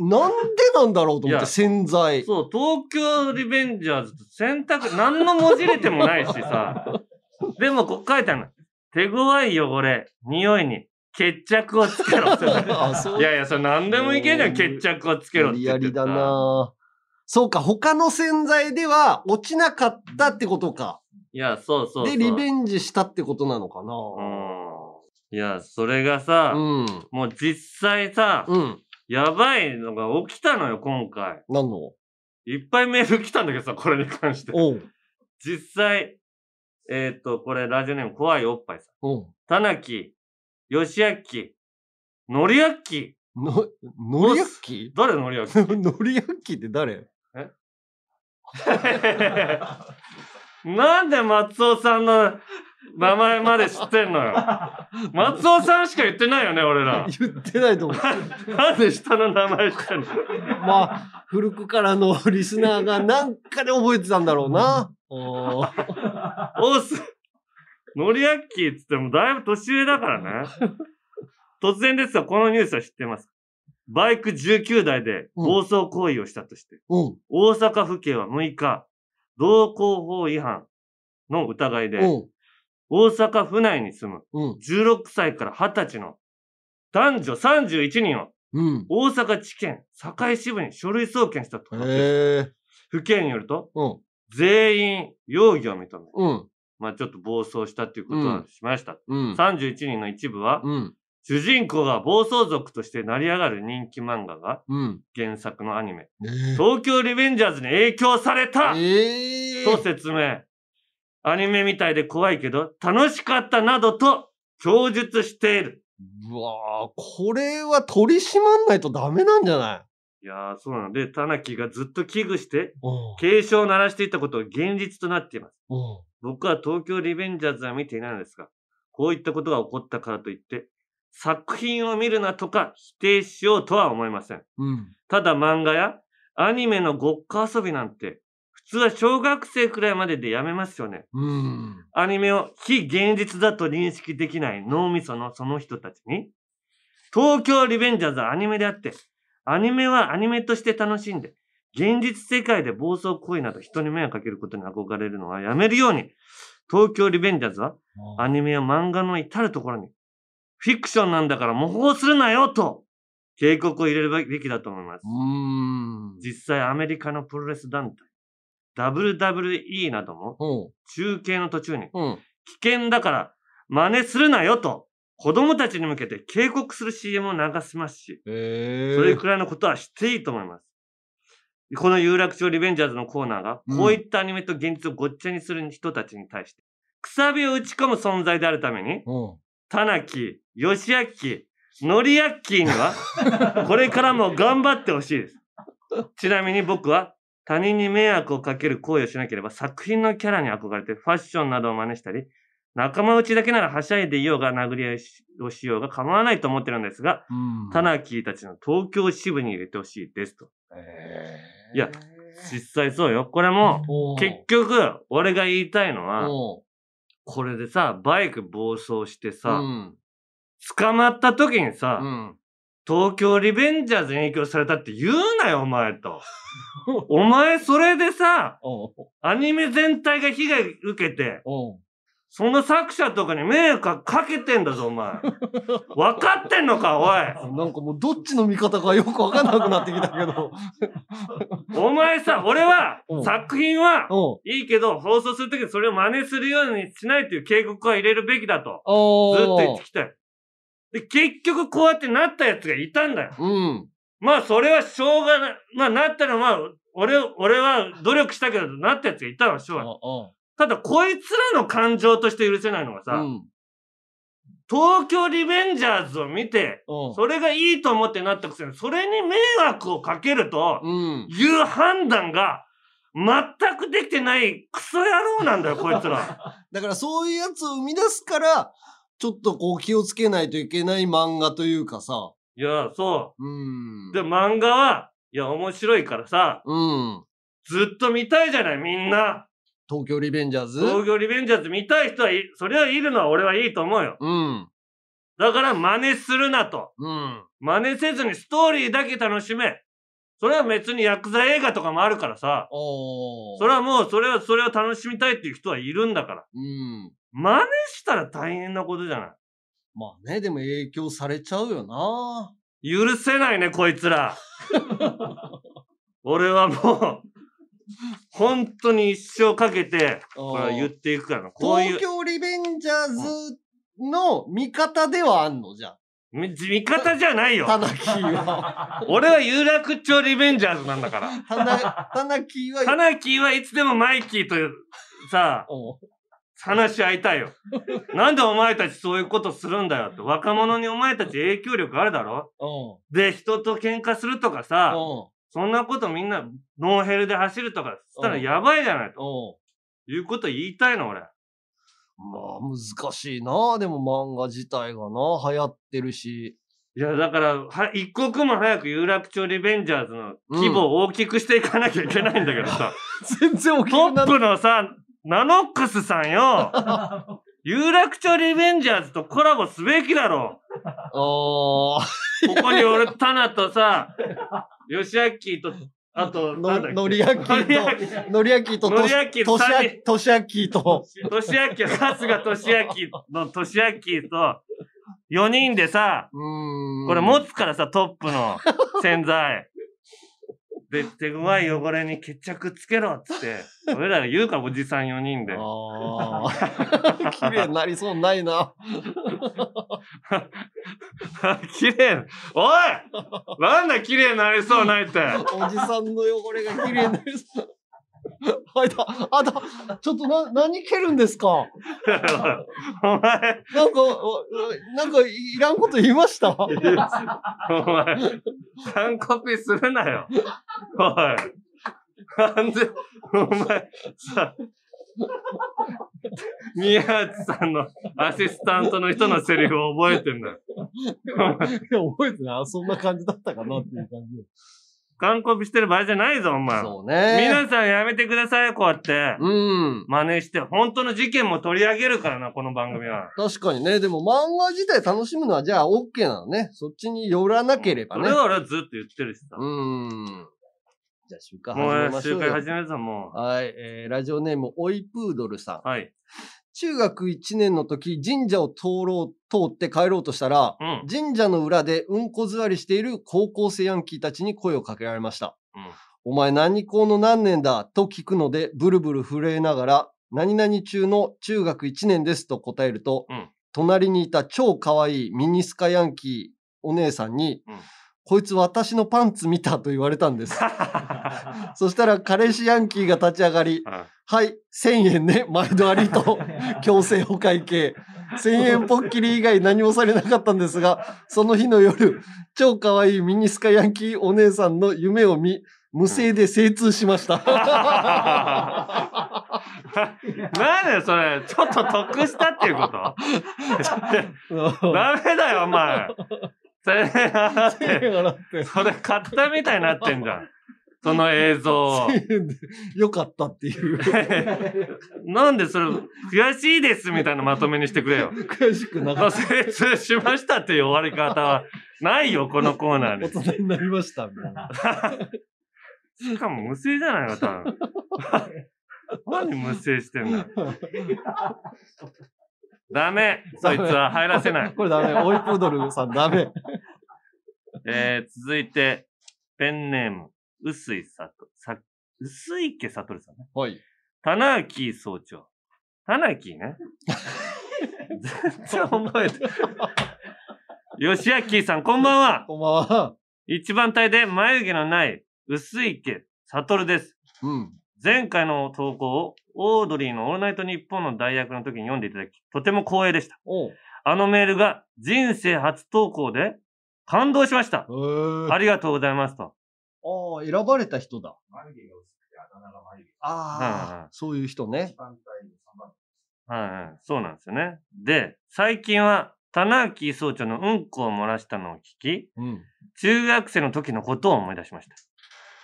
[SPEAKER 2] なんでなんだろうと
[SPEAKER 3] い
[SPEAKER 2] 思っ
[SPEAKER 3] や
[SPEAKER 2] て、洗剤。
[SPEAKER 3] そう、東京リベンジャーズと洗濯、何のもじれてもないしさ。でも、こう書いてあるの。手強い汚れ、匂いに、決着をつけろって言って
[SPEAKER 2] あそ
[SPEAKER 3] た。
[SPEAKER 2] う
[SPEAKER 3] いやいや、それ何でもいけんじゃん、決着をつけろって
[SPEAKER 2] リ
[SPEAKER 3] 言
[SPEAKER 2] ア
[SPEAKER 3] って
[SPEAKER 2] リだ
[SPEAKER 3] た。
[SPEAKER 2] なそうか、他の洗剤では落ちなかったってことか。
[SPEAKER 3] いや、そうそうそう。
[SPEAKER 2] で、リベンジしたってことなのかな
[SPEAKER 3] うんいや、それがさ、もう実際さ、やばいのが起きたのよ、今回。 [laughs]
[SPEAKER 2] 何の
[SPEAKER 3] いっぱいメール来たんだけどさ、これに関して。実際、えっ、と、これ、ラジオネーム、怖いおっぱいさん。
[SPEAKER 2] うん。
[SPEAKER 3] 田中、吉明、のりあっき。
[SPEAKER 2] の、のりあっき [laughs]
[SPEAKER 3] 誰のりあっき
[SPEAKER 2] のりあっきって誰
[SPEAKER 3] えなんで松尾さんの名前まで知ってんのよ。松尾さんしか言ってないよね、俺ら。
[SPEAKER 2] 言ってない
[SPEAKER 3] [laughs]
[SPEAKER 2] と思
[SPEAKER 3] う。なんで下の名前知ってんの
[SPEAKER 2] まあ、古くからのリスナーがなんかで覚えてたんだろうな。お
[SPEAKER 3] ーす。ノリアッキーっつってもだいぶ年上だからね。突然ですが、このニュースは知ってますかバイク19台で暴走行為をしたとして、
[SPEAKER 2] うん。
[SPEAKER 3] 大阪府警は6日、道交法違反の疑いで、
[SPEAKER 2] うん
[SPEAKER 3] 大阪府内に住
[SPEAKER 2] う
[SPEAKER 3] む
[SPEAKER 2] ん
[SPEAKER 3] 16歳から20歳の男女31人を
[SPEAKER 2] うん。
[SPEAKER 3] 大阪地検堺支部に書類送検したと発表し
[SPEAKER 2] へえ。
[SPEAKER 3] 府警によると、
[SPEAKER 2] うん。
[SPEAKER 3] 全員容疑を認め、
[SPEAKER 2] うん。
[SPEAKER 3] まあちょっと暴走したっていうこと
[SPEAKER 2] う
[SPEAKER 3] は
[SPEAKER 2] ん
[SPEAKER 3] しました。
[SPEAKER 2] うん
[SPEAKER 3] 31人の一部は、
[SPEAKER 2] うん。
[SPEAKER 3] 主人公が暴走族として成り上がる人気漫画が
[SPEAKER 2] うん。
[SPEAKER 3] 原作のアニメ、
[SPEAKER 2] ね
[SPEAKER 3] 東京リベンジャーズに影響された、と説明。アニメみたいで怖いけど楽しかったなどと供述している。
[SPEAKER 2] うわあ、これは取り締まんないとダメなんじゃない
[SPEAKER 3] やー、そうなんで、田中がずっと危惧して、警鐘を鳴らしていたことが現実となっています。
[SPEAKER 2] い
[SPEAKER 3] 僕は東京リベンジャーズは見ていないのですが、こういったことが起こったからといって、作品を見るなとか否定しようとは思いません。
[SPEAKER 2] うん。
[SPEAKER 3] ただ漫画やアニメのごっこ遊びなんて、普通は小学生くらいまででやめますよね。
[SPEAKER 2] うん。
[SPEAKER 3] アニメを非現実だと認識できない脳みそのその人たちに、東京リベンジャーズはアニメであって、アニメはアニメとして楽しんで、現実世界で暴走行為など人に迷惑かけることに憧れるのはやめるように、東京リベンジャーズはアニメや漫画の至るところに、フィクションなんだから模倣するなよと、警告を入れるべきだと思います。実際アメリカのプロレス団体、WWE なども、中継の途中に、危険だから真似するなよと、子供たちに向けて警告する CM を流しますし、
[SPEAKER 2] そ
[SPEAKER 3] れくらいのことはしていいと思います。この有楽町リベンジャーズのコーナーが、こういったアニメと現実をごっちゃにする人たちに対して、くさびを打ち込む存在であるために、田中、吉明、のりあっきーに [laughs] は、これからも頑張ってほしいです。ちなみに僕は、他人に迷惑をかける行為をしなければ作品のキャラに憧れてファッションなどを真似したり、仲間内だけならはしゃいでいようが殴り合いをしようが構わないと思ってるんですが、田中たちの東京支部に入れてほしいですと。いや、実際そうよ。これも、結局、俺が言いたいのは、これでさ、バイク暴走してさ、捕まった時にさ、東京リベンジャーズに影響されたって言うなよ、お前
[SPEAKER 2] [laughs]
[SPEAKER 3] と。お前、それでさ、アニメ全体が被害受けて、その作者とかに迷惑かけてんだぞ、お
[SPEAKER 2] [laughs]
[SPEAKER 3] 前。分かってんのか、おい。
[SPEAKER 2] なんかもうどっちの味方かよくわかんなくなってきたけど。
[SPEAKER 3] お前さ、俺は
[SPEAKER 2] う、ん
[SPEAKER 3] 作品は
[SPEAKER 2] う、
[SPEAKER 3] いいけど、放送するときにそれを真似するようにしないという警告は入れるべきだと。
[SPEAKER 2] おー
[SPEAKER 3] ずっと言ってきたよ。で、結局こうやってなったやつがいたんだよ。
[SPEAKER 2] うん。
[SPEAKER 3] まあ、それはしょうがない。まあ、なったら、まあ、俺、俺は努力したけど、なったやつがいたのはしょうがない。ただ、こいつらの感情として許せないのがさ、東京リベンジャーズを見て、それがいいと思ってなったくせに、それに迷惑をかけるという判断が、全く [laughs] できてないクソ野郎なんだよ、こいつら。
[SPEAKER 2] だからそういうやつを生み出すから、ちょっとこう気をつけないといけない漫画というかさ。
[SPEAKER 3] いや、そう。で、漫画は、いや、面白いからさ、ずっと見たいじゃない、みんな。
[SPEAKER 2] 東京リベンジャーズ
[SPEAKER 3] 東京リベンジャーズ見たい人はい、それはいるのは俺はいいと思うよ。だから真似するなと。
[SPEAKER 2] うん。
[SPEAKER 3] 真似せずにストーリーだけ楽しめ。それは別にヤクザ映画とかもあるからさ。それはもう、それは、それを楽しみたいっていう人はいるんだから。
[SPEAKER 2] うん。
[SPEAKER 3] 真似したら大変なことじゃない。
[SPEAKER 2] まあね、でも影響されちゃうよな。
[SPEAKER 3] 許せないね、こいつら。俺はもう、本当に一生かけて、これは言っていくからな。こういう
[SPEAKER 2] 東。京リベンジャーズの味方ではあんのじゃあ。
[SPEAKER 3] み味方じゃないよ。
[SPEAKER 2] タナキーは。
[SPEAKER 3] 俺は有楽町リベンジャーズなんだから。
[SPEAKER 2] タナ、タナキーは、
[SPEAKER 3] タナキーはいつでもマイキーとさ、話し合いたいよ。なんでお前たちそういうことするんだよって。若者にお前たち影響力あるだろで、人と喧嘩するとかさ、そんなことみんなノーヘルで走るとかしたらやばいじゃない
[SPEAKER 2] と。
[SPEAKER 3] いうこと言いたいの俺。
[SPEAKER 2] まあ難しいな。でも漫画自体がな、流行って
[SPEAKER 3] [laughs]
[SPEAKER 2] るし。
[SPEAKER 3] いや、だから、は、一刻も早く有楽町リベンジャーズの規模を大きくしていかなきゃいけないんだけどさ。
[SPEAKER 2] 全然大
[SPEAKER 3] きくトップのさ、ナノックスさんよ。有楽町リベンジャーズとコラボすべきだろ。こ
[SPEAKER 2] お
[SPEAKER 3] こに俺、タナとさ、ヨシアッキーと、あと、なんだっけ
[SPEAKER 2] のりあきー [laughs] と、のりあきーと、
[SPEAKER 3] [laughs] のりあきーと
[SPEAKER 2] としあ
[SPEAKER 3] 三人
[SPEAKER 2] としあき
[SPEAKER 3] [laughs]
[SPEAKER 2] ーと、
[SPEAKER 3] としあき、春日としあきのとしあきと、4人でさ、これ持つからさ、トップの洗剤。で、手強い汚れに決着つけろっつって、俺らが言うから、おじさん4人で。
[SPEAKER 2] [laughs] 綺麗になりそうにないな。
[SPEAKER 3] [laughs] 綺麗、おいなんだ綺麗になりそうないって。 [laughs]
[SPEAKER 2] おじさんの汚れが綺麗になりそう。あいた、あいた、ちょっとな、何蹴るんですか
[SPEAKER 3] お前。
[SPEAKER 2] なんか、おなんか、いらんこと言いました [laughs]
[SPEAKER 3] お前、完コピするなよ。おい。なんで、お前、さ、宮内さんのアシスタントの人のセリフを覚えてんだよ。
[SPEAKER 2] いや覚えてない。そんな感じだったかなっていう感じ。
[SPEAKER 3] 完コピしてる場合じゃないぞ、お前。
[SPEAKER 2] そうね
[SPEAKER 3] 皆さんやめてください、こうやって。
[SPEAKER 2] うん。
[SPEAKER 3] 真似して、本当の事件も取り上げるからな、この番組は。
[SPEAKER 2] 確かにね、でも漫画自体楽しむのはじゃあ OK なのね。そっちに寄らなければ
[SPEAKER 3] そ
[SPEAKER 2] ね
[SPEAKER 3] れ。は俺はずっと言ってるしさ。
[SPEAKER 2] うん。じゃあ、集会
[SPEAKER 3] も
[SPEAKER 2] 始め
[SPEAKER 3] う
[SPEAKER 2] ましょ
[SPEAKER 3] 集
[SPEAKER 2] うよ
[SPEAKER 3] 会始めるぞ、も
[SPEAKER 2] はい、えーラジオネーム、おいプードルさん。
[SPEAKER 3] はい。
[SPEAKER 2] 中学1年の時、神社を通ろう、通って帰ろうとしたら、神社の裏でうんこ座りしている高校生ヤンキーたちに声をかけられました。
[SPEAKER 3] う。うん。
[SPEAKER 2] お前何校の何年だと聞くので、ブルブル震えながら、何々中の中学1年ですと答えると、隣にいた超可愛いミニスカヤンキーお姉さんに、こいつ私のパンツ見たと言われたんです。そしたら彼氏ヤンキーが立ち上がり、はい、1000
[SPEAKER 3] [laughs]
[SPEAKER 2] 円ね、毎度ありと、強制お会計。1000円ポッキリ以外何もされなかったんですが、その日の夜、超可愛いミニスカヤンキーお姉さんの夢を見、無声で精通しました。
[SPEAKER 3] なんだよ、それ。ちょっと得したっていうこと
[SPEAKER 2] [laughs]
[SPEAKER 3] ダメだよ、お前。それ払って。それ買ったみたいになってんじゃん。その映像
[SPEAKER 2] [laughs]
[SPEAKER 3] を。
[SPEAKER 2] よかったっていう。
[SPEAKER 3] なんでそれ、悔しいですみたいなまとめにしてくれよ。
[SPEAKER 2] 悔しくなか
[SPEAKER 3] った。精通しましたっていう終わり方はないよ、このコーナーに。
[SPEAKER 2] 大人になりました、みたいな。
[SPEAKER 3] しかも無声じゃないの、多分。何無声してんだよ。ダメそいつは入らせない。
[SPEAKER 2] これダメ。オイプードルさんダメ。
[SPEAKER 3] えー、続いて、ペンネーム、薄井さと、さ、薄池悟さんね。
[SPEAKER 2] はい。
[SPEAKER 3] 田中総長。田中ね。全然覚えてない。吉明さん、こんばんは。
[SPEAKER 2] こんばんは。
[SPEAKER 3] 一番隊で眉毛のない薄池悟です。
[SPEAKER 2] うん。
[SPEAKER 3] 前回の投稿をオードリーのオールナイトニッポンの代役の時に読んでいただき、とても光栄でした。あのメールが人生初投稿で感動しました。ありがとうございますと。
[SPEAKER 2] ああ、選ばれた人だ。
[SPEAKER 12] 眉毛が薄くてあだ名が眉毛。
[SPEAKER 2] ああ、そういう人ね。
[SPEAKER 3] はいはい。そうなんですよね。で、最近は、棚秋総長のうんこを漏らしたのを聞き、中学生の時のことを思い出しました。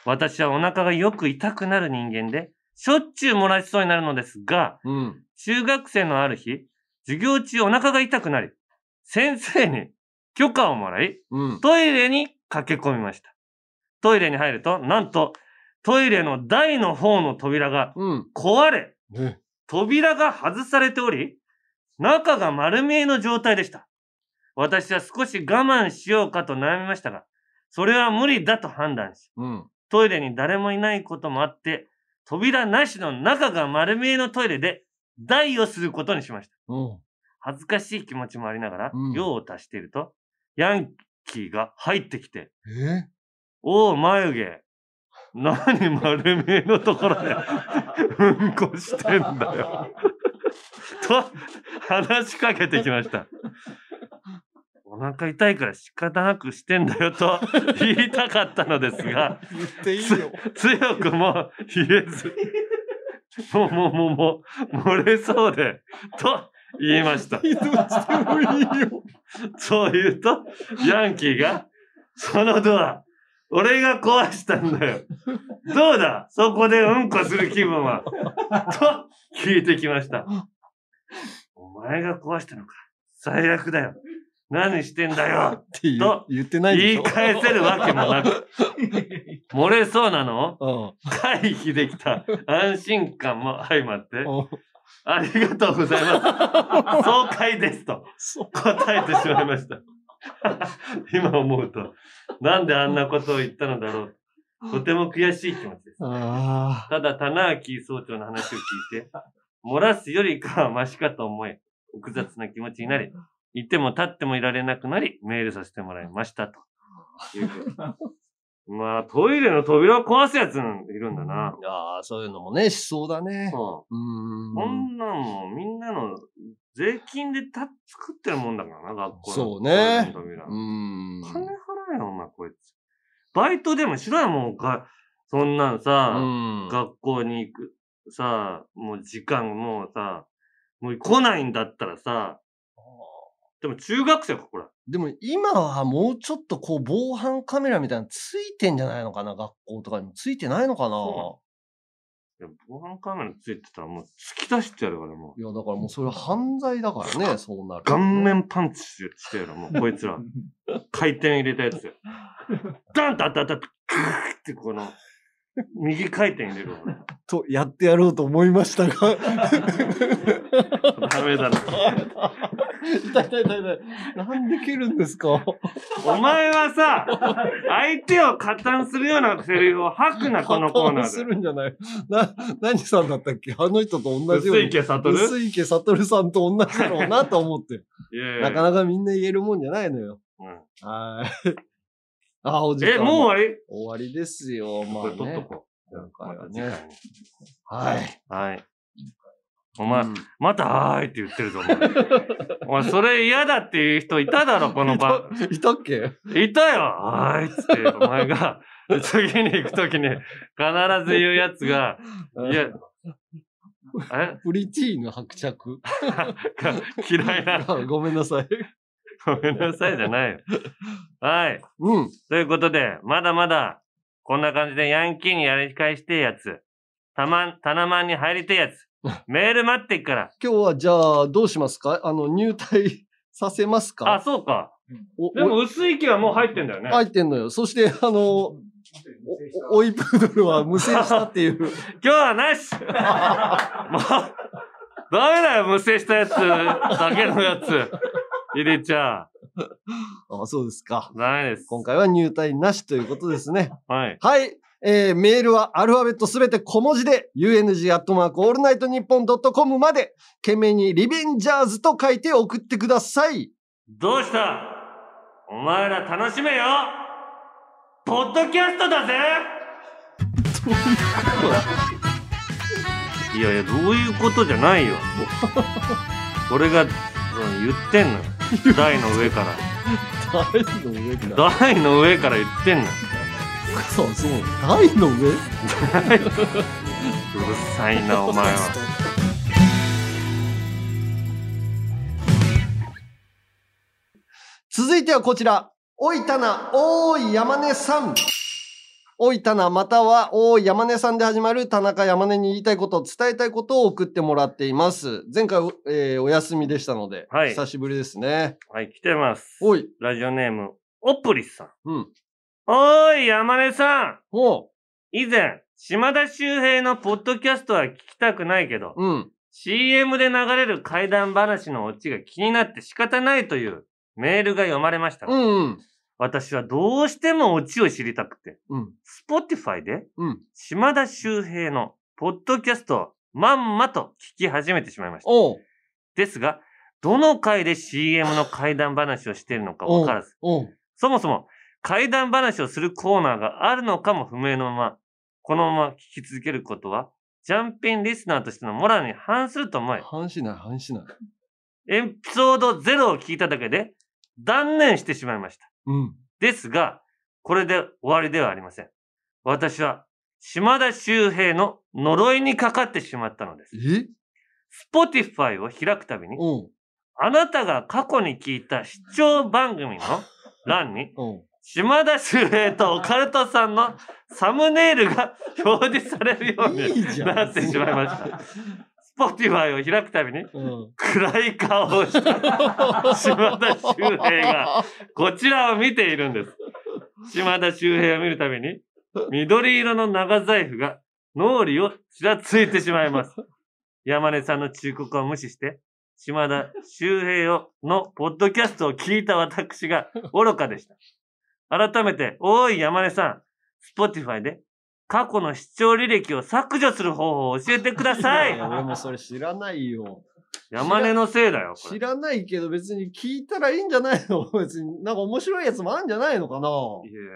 [SPEAKER 3] 私はお腹がよく痛くなる人間で、しょっちゅう漏らしそうになるのですが、中学生のある日、授業中お腹が痛くなり、先生に許可をもらい、トイレに駆け込みました。トイレに入ると、なんと、トイレの台の方の扉が壊れ、扉が外されており、中が丸見えの状態でした。私は少し我慢しようかと悩みましたが、それは無理だと判断し、トイレに誰もいないこともあって、扉なしの中が丸見えのトイレで台をすることにしました。恥ずかしい気持ちもありながら、用を足していると、ヤンキーが入ってきて、
[SPEAKER 2] え
[SPEAKER 3] おお、眉毛。何丸見えのところでうんこしてんだ
[SPEAKER 2] [laughs]
[SPEAKER 3] よ。と、話しかけてきました。お腹痛いから仕方なくしてんだよと言いたかったのですが、
[SPEAKER 2] 言っていいよ。
[SPEAKER 3] 強くも言えず、もうもうもうもう、漏れそうで、と言いました。そう言うと、ヤンキーが、そのドア、俺が壊したんだよ。どうだそこでうんこする気分は。と、聞いてきました。お前が壊したのか。最悪だよ。何してんだよ。と、
[SPEAKER 2] 言ってないでしょ
[SPEAKER 3] 言い返せるわけもなく、漏れそうなの
[SPEAKER 2] [laughs]
[SPEAKER 3] を回避できた安心感も相まって、ありがとうございます。爽快ですと答えてしまいました。 [laughs] 今思うと、なんであんなことを言ったのだろう。とても悔しい気持ちです。
[SPEAKER 2] あ
[SPEAKER 3] ただ、棚秋総長の話を聞いて、漏らすよりかはマシかと思い、複雑な気持ちになり、いても立ってもいられなくなり、メールさせてもらいましたと。いうことまあ、トイレの扉を壊すやついるんだな。
[SPEAKER 2] ああ、そういうのもね、しそうだね。
[SPEAKER 3] そ
[SPEAKER 2] うん。
[SPEAKER 3] こんなんもうみんなの税金でた作ってるもんだからな、学校の。
[SPEAKER 2] そうね
[SPEAKER 3] トイレの扉
[SPEAKER 2] うん。
[SPEAKER 3] 金払えよ、お前、こいつ。バイトでもしろよ、もうが、そんなんさ、学校に行く、さ、もう時間もうさ、もう来ないんだったらさ、でも中学生か、これ。
[SPEAKER 2] でも今はもうちょっとこう防犯カメラみたいなのついてんじゃないのかな学校とかにもついてないのかな
[SPEAKER 3] でも防犯カメラついてたらもう突き出してやるから、もう。
[SPEAKER 2] いや、だからもうそれは犯罪だからね、そうなると。
[SPEAKER 3] 顔面パンチしてやる、もう、こいつら。回転入れたやつ。ダンと当たった、クーってこの、右回転入れるわ。
[SPEAKER 2] と、やってやろうと思いました [laughs] が。
[SPEAKER 3] ダメだな。
[SPEAKER 2] 痛い痛い痛い痛い。なんで蹴るんですか
[SPEAKER 3] お前はさ、相手を加担するようなセリフを吐くな、このコーナ
[SPEAKER 2] す
[SPEAKER 3] ーで。
[SPEAKER 2] るんじゃない。な、何さんだったっけあの人と同じように。
[SPEAKER 3] 薄池悟
[SPEAKER 2] 薄池悟さんと同じだろうなと思って。
[SPEAKER 3] いやいや
[SPEAKER 2] なかなかみんな言えるもんじゃないのよ。
[SPEAKER 3] う
[SPEAKER 2] はーい。あ、お時間
[SPEAKER 3] え、もう終わり
[SPEAKER 2] 終わりですよ。まあ、ね。
[SPEAKER 3] これ撮っとこ
[SPEAKER 2] 今回は
[SPEAKER 3] 次
[SPEAKER 2] ね。
[SPEAKER 3] 回に
[SPEAKER 2] はい。
[SPEAKER 3] はい。お前、また、はーいって言ってるぞ、お前。お前、それ嫌だっていう人いただろ、この場。
[SPEAKER 2] いたっけ
[SPEAKER 3] いたよ、はーいっつって、お前が、次に行くときに、必ず言うやつが、いや、え [laughs]
[SPEAKER 2] プリティーの伯爵。
[SPEAKER 3] 嫌いな。
[SPEAKER 2] ごめんなさ
[SPEAKER 3] [laughs]
[SPEAKER 2] い。
[SPEAKER 3] ごめんなさいじゃないよ。はい。
[SPEAKER 2] うん。
[SPEAKER 3] ということで、まだまだ、こんな感じでヤンキーにやり返してえやつ、たま、タナマンに入りてえやつ、メール待ってっから。
[SPEAKER 2] 今日はじゃあ、どうしますかあの、入隊させますか
[SPEAKER 3] あ、そうか。
[SPEAKER 2] お
[SPEAKER 3] でも薄い木はもう入ってんだよね。
[SPEAKER 2] 入ってんのよ。そして、あの、おお追いプードルは無制したって
[SPEAKER 3] [laughs]
[SPEAKER 2] いう。
[SPEAKER 3] 今日はなしもう、ダメだよ、無制したやつ、だけのやつ、入れちゃ
[SPEAKER 2] あそうですか。
[SPEAKER 3] ダメです。
[SPEAKER 2] 今回は入隊なしということですね。
[SPEAKER 3] う。はい。
[SPEAKER 2] はい。えー、メールはアルファベットすべて小文字で、UNG アットマークオールナイトニッポンドットコムまで、懸命にリベンジャーズと書いて送ってください。
[SPEAKER 3] どうしたお前ら楽しめよポッドキャストだぜいやいや、どういうことじゃないよ。俺がうん言ってんのよ。台の上から。
[SPEAKER 2] 台の上か
[SPEAKER 3] 台の上から言ってんのよ。
[SPEAKER 2] [laughs] そうそう。台の上
[SPEAKER 3] うるさいな、お前は。
[SPEAKER 2] 続いてはこちら。おいたな、おーい山根さん。おいたな、または、おー山根さんで始まる田中山根に言いたいこと、伝えたいことを送ってもらっています。前回お、えーお休みでしたので、
[SPEAKER 3] はい
[SPEAKER 2] 久しぶりですね。
[SPEAKER 3] はい、来てます。
[SPEAKER 2] おい。
[SPEAKER 3] ラジオネーム、オプリスさん。
[SPEAKER 2] うん。
[SPEAKER 3] おーい、山根さん。
[SPEAKER 2] お
[SPEAKER 3] 以前、島田秀平のポッドキャストは聞きたくないけど、
[SPEAKER 2] うん。
[SPEAKER 3] CM で流れる怪談話のオチが気になって仕方ないというメールが読まれました。
[SPEAKER 2] うん、うん。
[SPEAKER 3] 私はどうしてもオチを知りたくて、
[SPEAKER 2] うん。
[SPEAKER 3] Spotify で
[SPEAKER 2] うん。
[SPEAKER 3] 島田秀平のポッドキャストをまんまと聞き始めてしまいました。
[SPEAKER 2] おう
[SPEAKER 3] ですが、どの回で CM の怪談話をしているのかわからず、
[SPEAKER 2] おう
[SPEAKER 3] そもそも怪談話をするコーナーがあるのかも不明のまま、このまま聞き続けることは、ジャンピンリスナーとしてのモラルに反すると思い、
[SPEAKER 2] 反しない、反しない。
[SPEAKER 3] エピソード0を聞いただけで断念してしまいました。
[SPEAKER 2] うん。
[SPEAKER 3] ですが、これで終わりではありません。私は、島田秀平の呪いにかかってしまったのです。
[SPEAKER 2] え
[SPEAKER 3] スポティファイを開くたびに、
[SPEAKER 2] うん。
[SPEAKER 3] あなたが過去に聞いた視聴番組の欄に、
[SPEAKER 2] うん。
[SPEAKER 3] 島田秀平とオカルトさんのサムネイルが表示されるようになってしまいま
[SPEAKER 2] [laughs]
[SPEAKER 3] した。スポティファイを開くたびに、 [laughs] 暗い顔をした島田秀平がこちらを見ているんです。島田秀平を見るたびに、緑色の長財布が脳裏をちらついてしまいます。山根さんの忠告を無視して、島田秀平をのポッドキャストを聞いた私が愚かでした。改めて、おい山根さん、Spotify で過去の視聴履歴を削除する方法を教えてください。
[SPEAKER 2] や俺もそれ知らないよ。
[SPEAKER 3] 山根のせいだよ、こ
[SPEAKER 2] 知
[SPEAKER 3] れ。
[SPEAKER 2] らないけど別に聞いたらいいんじゃないの [laughs] 別に。なんか面白いやつもあるんじゃないのかない
[SPEAKER 3] やいや、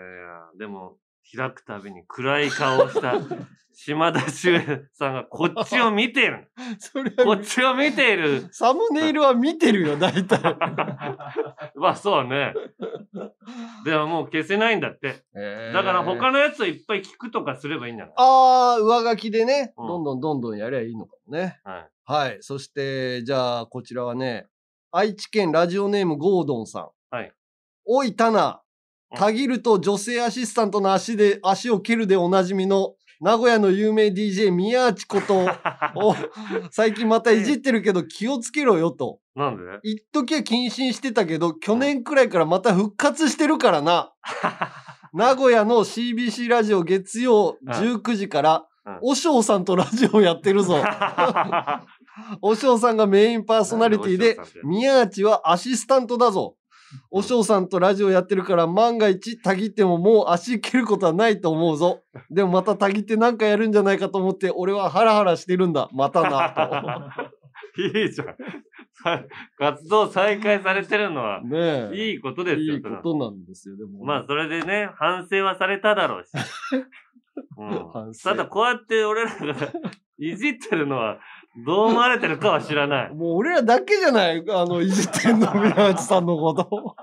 [SPEAKER 3] でも、開くたびに暗い顔をした島田秀平さんがこっちを見ている。こっちを見ている。 [laughs]
[SPEAKER 2] サムネイルは見てるよ、大体。
[SPEAKER 3] まあそうね。でももう消せないんだって。
[SPEAKER 2] へー
[SPEAKER 3] だから他のやつをいっぱい聞くとかすればいいんじゃない
[SPEAKER 2] ああ、上書きでね、どんどんどんどんやりゃいいのかもね。
[SPEAKER 3] はい。
[SPEAKER 2] はい。そして、じゃあ、こちらはね、愛知県ラジオネームゴードンさん。
[SPEAKER 3] はい。
[SPEAKER 2] おい、たな。たぎると女性アシスタントの足で、足を蹴るでおなじみの、名古屋の有名 DJ 宮内こと、 [laughs] お最近またいじってるけど気をつけろよと。
[SPEAKER 3] なんで [laughs]
[SPEAKER 2] 一時は謹慎してたけど、去年くらいからまた復活してるから [laughs] な。名古屋の CBC ラジオ月曜19時から、おしょうさんとラジオやってる [laughs] ぞ。おしょうさんがメインパーソナリティで、宮内はアシスタントだぞ。おしょうさんとラジオやってるから万が一たぎってももう足蹴ることはないと思うぞ。でもまたたぎってなんかやるんじゃないかと思って俺はハラハラしてるんだ。またなと。
[SPEAKER 3] いいじゃん。さ活動再開されてるのは、いいことですよ。いいこと
[SPEAKER 2] なんですよ、でも。
[SPEAKER 3] まあ、それでね、反省はされただ
[SPEAKER 2] [laughs]
[SPEAKER 3] ろうし。うん、ただ、こうやって俺ら
[SPEAKER 2] [laughs]
[SPEAKER 3] がいじってるのは、どう思われてるかは知らない。
[SPEAKER 2] もう俺らだけじゃないあの、いじってんの、宮内さん
[SPEAKER 3] [laughs]
[SPEAKER 2] のこと。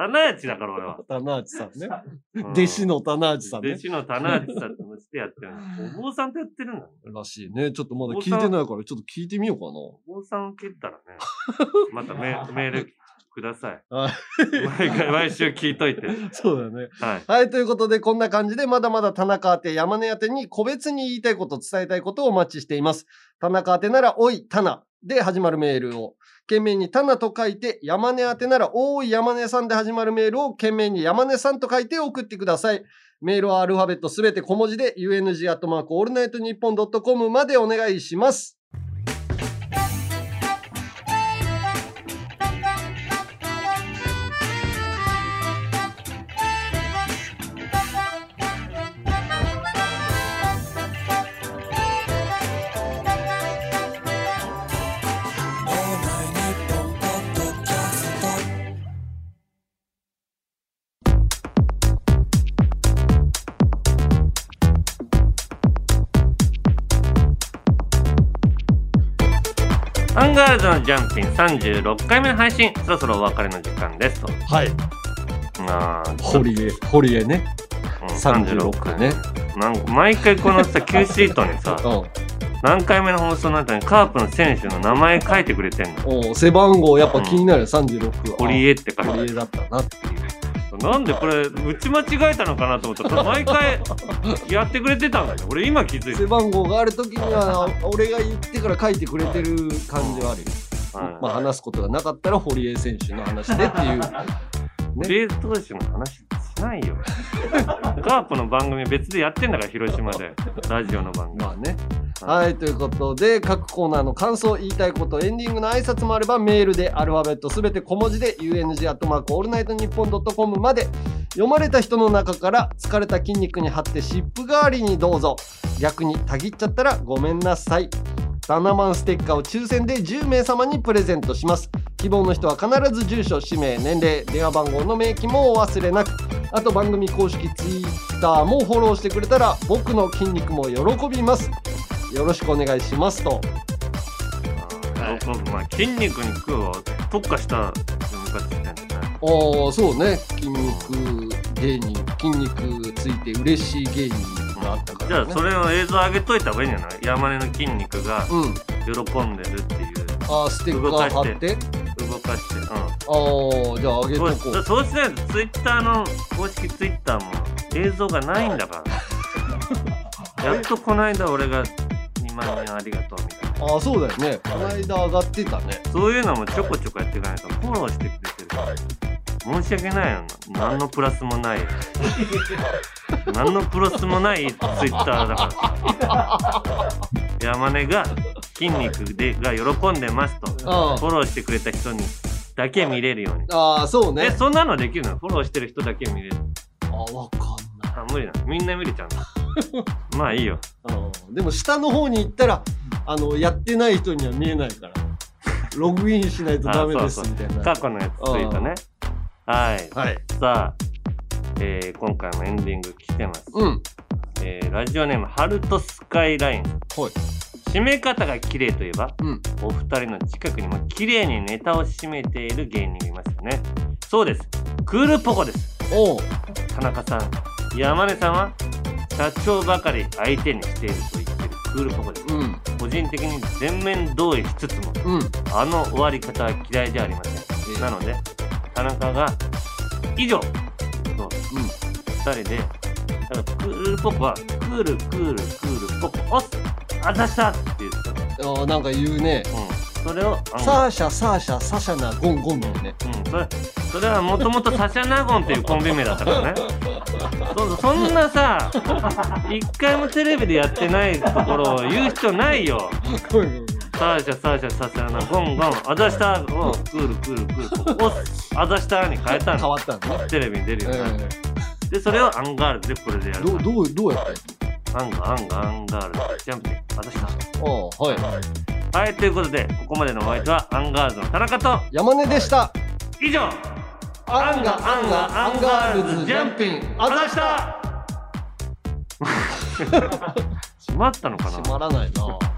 [SPEAKER 3] 棚内だから俺は。
[SPEAKER 2] 棚内さんね。
[SPEAKER 3] うん
[SPEAKER 2] 弟子の棚内さんね。
[SPEAKER 3] 弟子の棚内さんとしてやってるの。お坊さんとやってるんだね。
[SPEAKER 2] らしいね。ちょっとまだ聞いてないから、ちょっと聞いてみようかな。
[SPEAKER 3] お坊さん蹴っ
[SPEAKER 2] [laughs]
[SPEAKER 3] たらね、またメメールください。
[SPEAKER 2] はい
[SPEAKER 3] 毎回、毎週聞いといて。
[SPEAKER 2] そうだよね。
[SPEAKER 3] はい。
[SPEAKER 2] はい、ということで、こんな感じで、まだまだ田中宛て、山根宛てに個別に言いたいこと、伝えたいことをお待ちしています。田中宛てなら、おい、田名で始まるメールを。懸命に田名と書いて、山根宛てなら、おーい、山根さんで始まるメールを、懸命に山根さんと書いて送ってください。メールはアルファベットすべて小文字で、u n g アットマークオールナイトニッポンドットコムまでお願いします。
[SPEAKER 3] アンガールズのジャンピン36回目の配信、そろそろお別れの時間ですと。
[SPEAKER 2] はい。
[SPEAKER 3] あー
[SPEAKER 2] 堀江、堀江ね。
[SPEAKER 3] うん
[SPEAKER 2] 36 [laughs]
[SPEAKER 3] 36ね。なんか毎回このさ、Q シートにさ、何回目の放送の後にカープの選手の名前書いてくれてんの
[SPEAKER 2] おう背番号やっぱ気になる、36
[SPEAKER 3] 堀江って書いてある
[SPEAKER 2] 堀江だったなっていう
[SPEAKER 3] なんでこれ打ち間違えたのかなと思ったら毎回やってくれてたんだよ俺今気づい
[SPEAKER 2] 背番号がある時には俺が言ってから書いてくれてる感じはあるよ、まあ、話すことがなかったら堀江選手の話でっていう
[SPEAKER 3] 堀江投手の話しないよ [laughs] カープの番組別でやってんだから広島でラジオの番組
[SPEAKER 2] まあねはい、ということで、各コーナーの感想、言いたいこと、エンディングの挨拶もあれば、メールでアルファベットすべて小文字で、UNG アットマークオールナイトニッポンドットコムまで、読まれた人の中から、疲れた筋肉に貼って湿布代わりにどうぞ。逆に、たぎっちゃったらごめんなさい。ダナマンステッカーを抽選で10名様にプレゼントします。希望の人は必ず住所、氏名、年齢、電話番号の明記もお忘れなく。あと番組公式ツイッターもフォローしてくれたら僕の筋肉も喜びます。よろしくお願いしますと。
[SPEAKER 3] まあ、筋肉に食うは特化した読み方してんだね
[SPEAKER 2] ああ、そうね。筋肉芸人、筋肉ついて嬉しい芸人があったか
[SPEAKER 3] じゃ
[SPEAKER 2] ら、
[SPEAKER 3] あ
[SPEAKER 2] ね。
[SPEAKER 3] それの映像上げといた方がいいんじゃない山根の筋肉が喜んでるっていう、
[SPEAKER 2] ああ、ステッカー貼って。
[SPEAKER 3] 動かして
[SPEAKER 2] ああ、じゃあ上げと
[SPEAKER 3] う
[SPEAKER 2] こ
[SPEAKER 3] んそう
[SPEAKER 2] う。
[SPEAKER 3] そうしないとツイッターの公式ツイッターも映像がないんだから [laughs] やっとこの間俺が2万人ありがとうみたいな
[SPEAKER 2] ああ、そうだよね。この間上がってたね。
[SPEAKER 3] そういうのもちょこちょこやっていかないとフォローしてくれてるから申し訳ないよな何のプラスもない何のプラスもないツイッターだ [laughs] から山根が筋肉でが喜んでますとフ
[SPEAKER 2] ああ
[SPEAKER 3] ォローしてくれた人にだけ見れるように
[SPEAKER 2] ああ、そうね
[SPEAKER 3] え。そんなのできるのフォローしてる人だけ見れる
[SPEAKER 2] ああ、わか
[SPEAKER 3] あ無理だみんな見れちゃうの [laughs] まあいいよ
[SPEAKER 2] ん。でも下の方に行ったら、あの、やってない人には見えない
[SPEAKER 3] [laughs]
[SPEAKER 2] から。ログインしないとダメです
[SPEAKER 3] あ
[SPEAKER 2] みたいな。
[SPEAKER 3] 過去のやつついたねはい、
[SPEAKER 2] はい
[SPEAKER 3] さあ、えー今回もエンディング来てます、
[SPEAKER 2] うん。
[SPEAKER 3] えーラジオネームハルトスカイライン
[SPEAKER 2] はい
[SPEAKER 3] 締め方が綺麗といえば、
[SPEAKER 2] うん
[SPEAKER 3] お二人の近くにも綺麗にネタを締めている芸人がいますよねそうですクールポコです
[SPEAKER 2] おう
[SPEAKER 3] 田中さん山根さんは社長ばかり相手にしていると言ってるクールポコです
[SPEAKER 2] うん。
[SPEAKER 3] 個人的に全面同意しつつも
[SPEAKER 2] うん。
[SPEAKER 3] あの終わり方は嫌いじゃありません、なので田中が「以上」と2人で「だからクールポコはクールクールクールポコおっあざした!」って言った、
[SPEAKER 2] ああ、なんか言うね。
[SPEAKER 3] それをあの
[SPEAKER 2] サーシャ、サーシャ、サシャナ、ゴンゴンだよね。
[SPEAKER 3] うん、それそれはもともとサシャナゴンっていうコンビ名だったからねそそんなさ一回もテレビでやってないところを言う必要ないよ
[SPEAKER 2] ごめんごめん
[SPEAKER 3] サーシャサーシャサシャナゴンゴンあざしたをクールクールクールポコおっあざしたに変えたの
[SPEAKER 2] 変わったのね。
[SPEAKER 3] テレビに出るようになって
[SPEAKER 2] え
[SPEAKER 3] でそれをアンガールズでこれでや
[SPEAKER 2] え
[SPEAKER 3] る
[SPEAKER 2] どうどう、どうやった
[SPEAKER 3] アンガーアンガーアンガールズジャンプであざした
[SPEAKER 2] ああ、はい。
[SPEAKER 3] はいということでここまでのお相手はアンガールズの田中と
[SPEAKER 2] 山根でした。
[SPEAKER 3] 以上
[SPEAKER 2] ア
[SPEAKER 3] ンガアンガアンガールズジャンピンあざ [laughs] した閉まったのかな
[SPEAKER 2] 閉まらないな。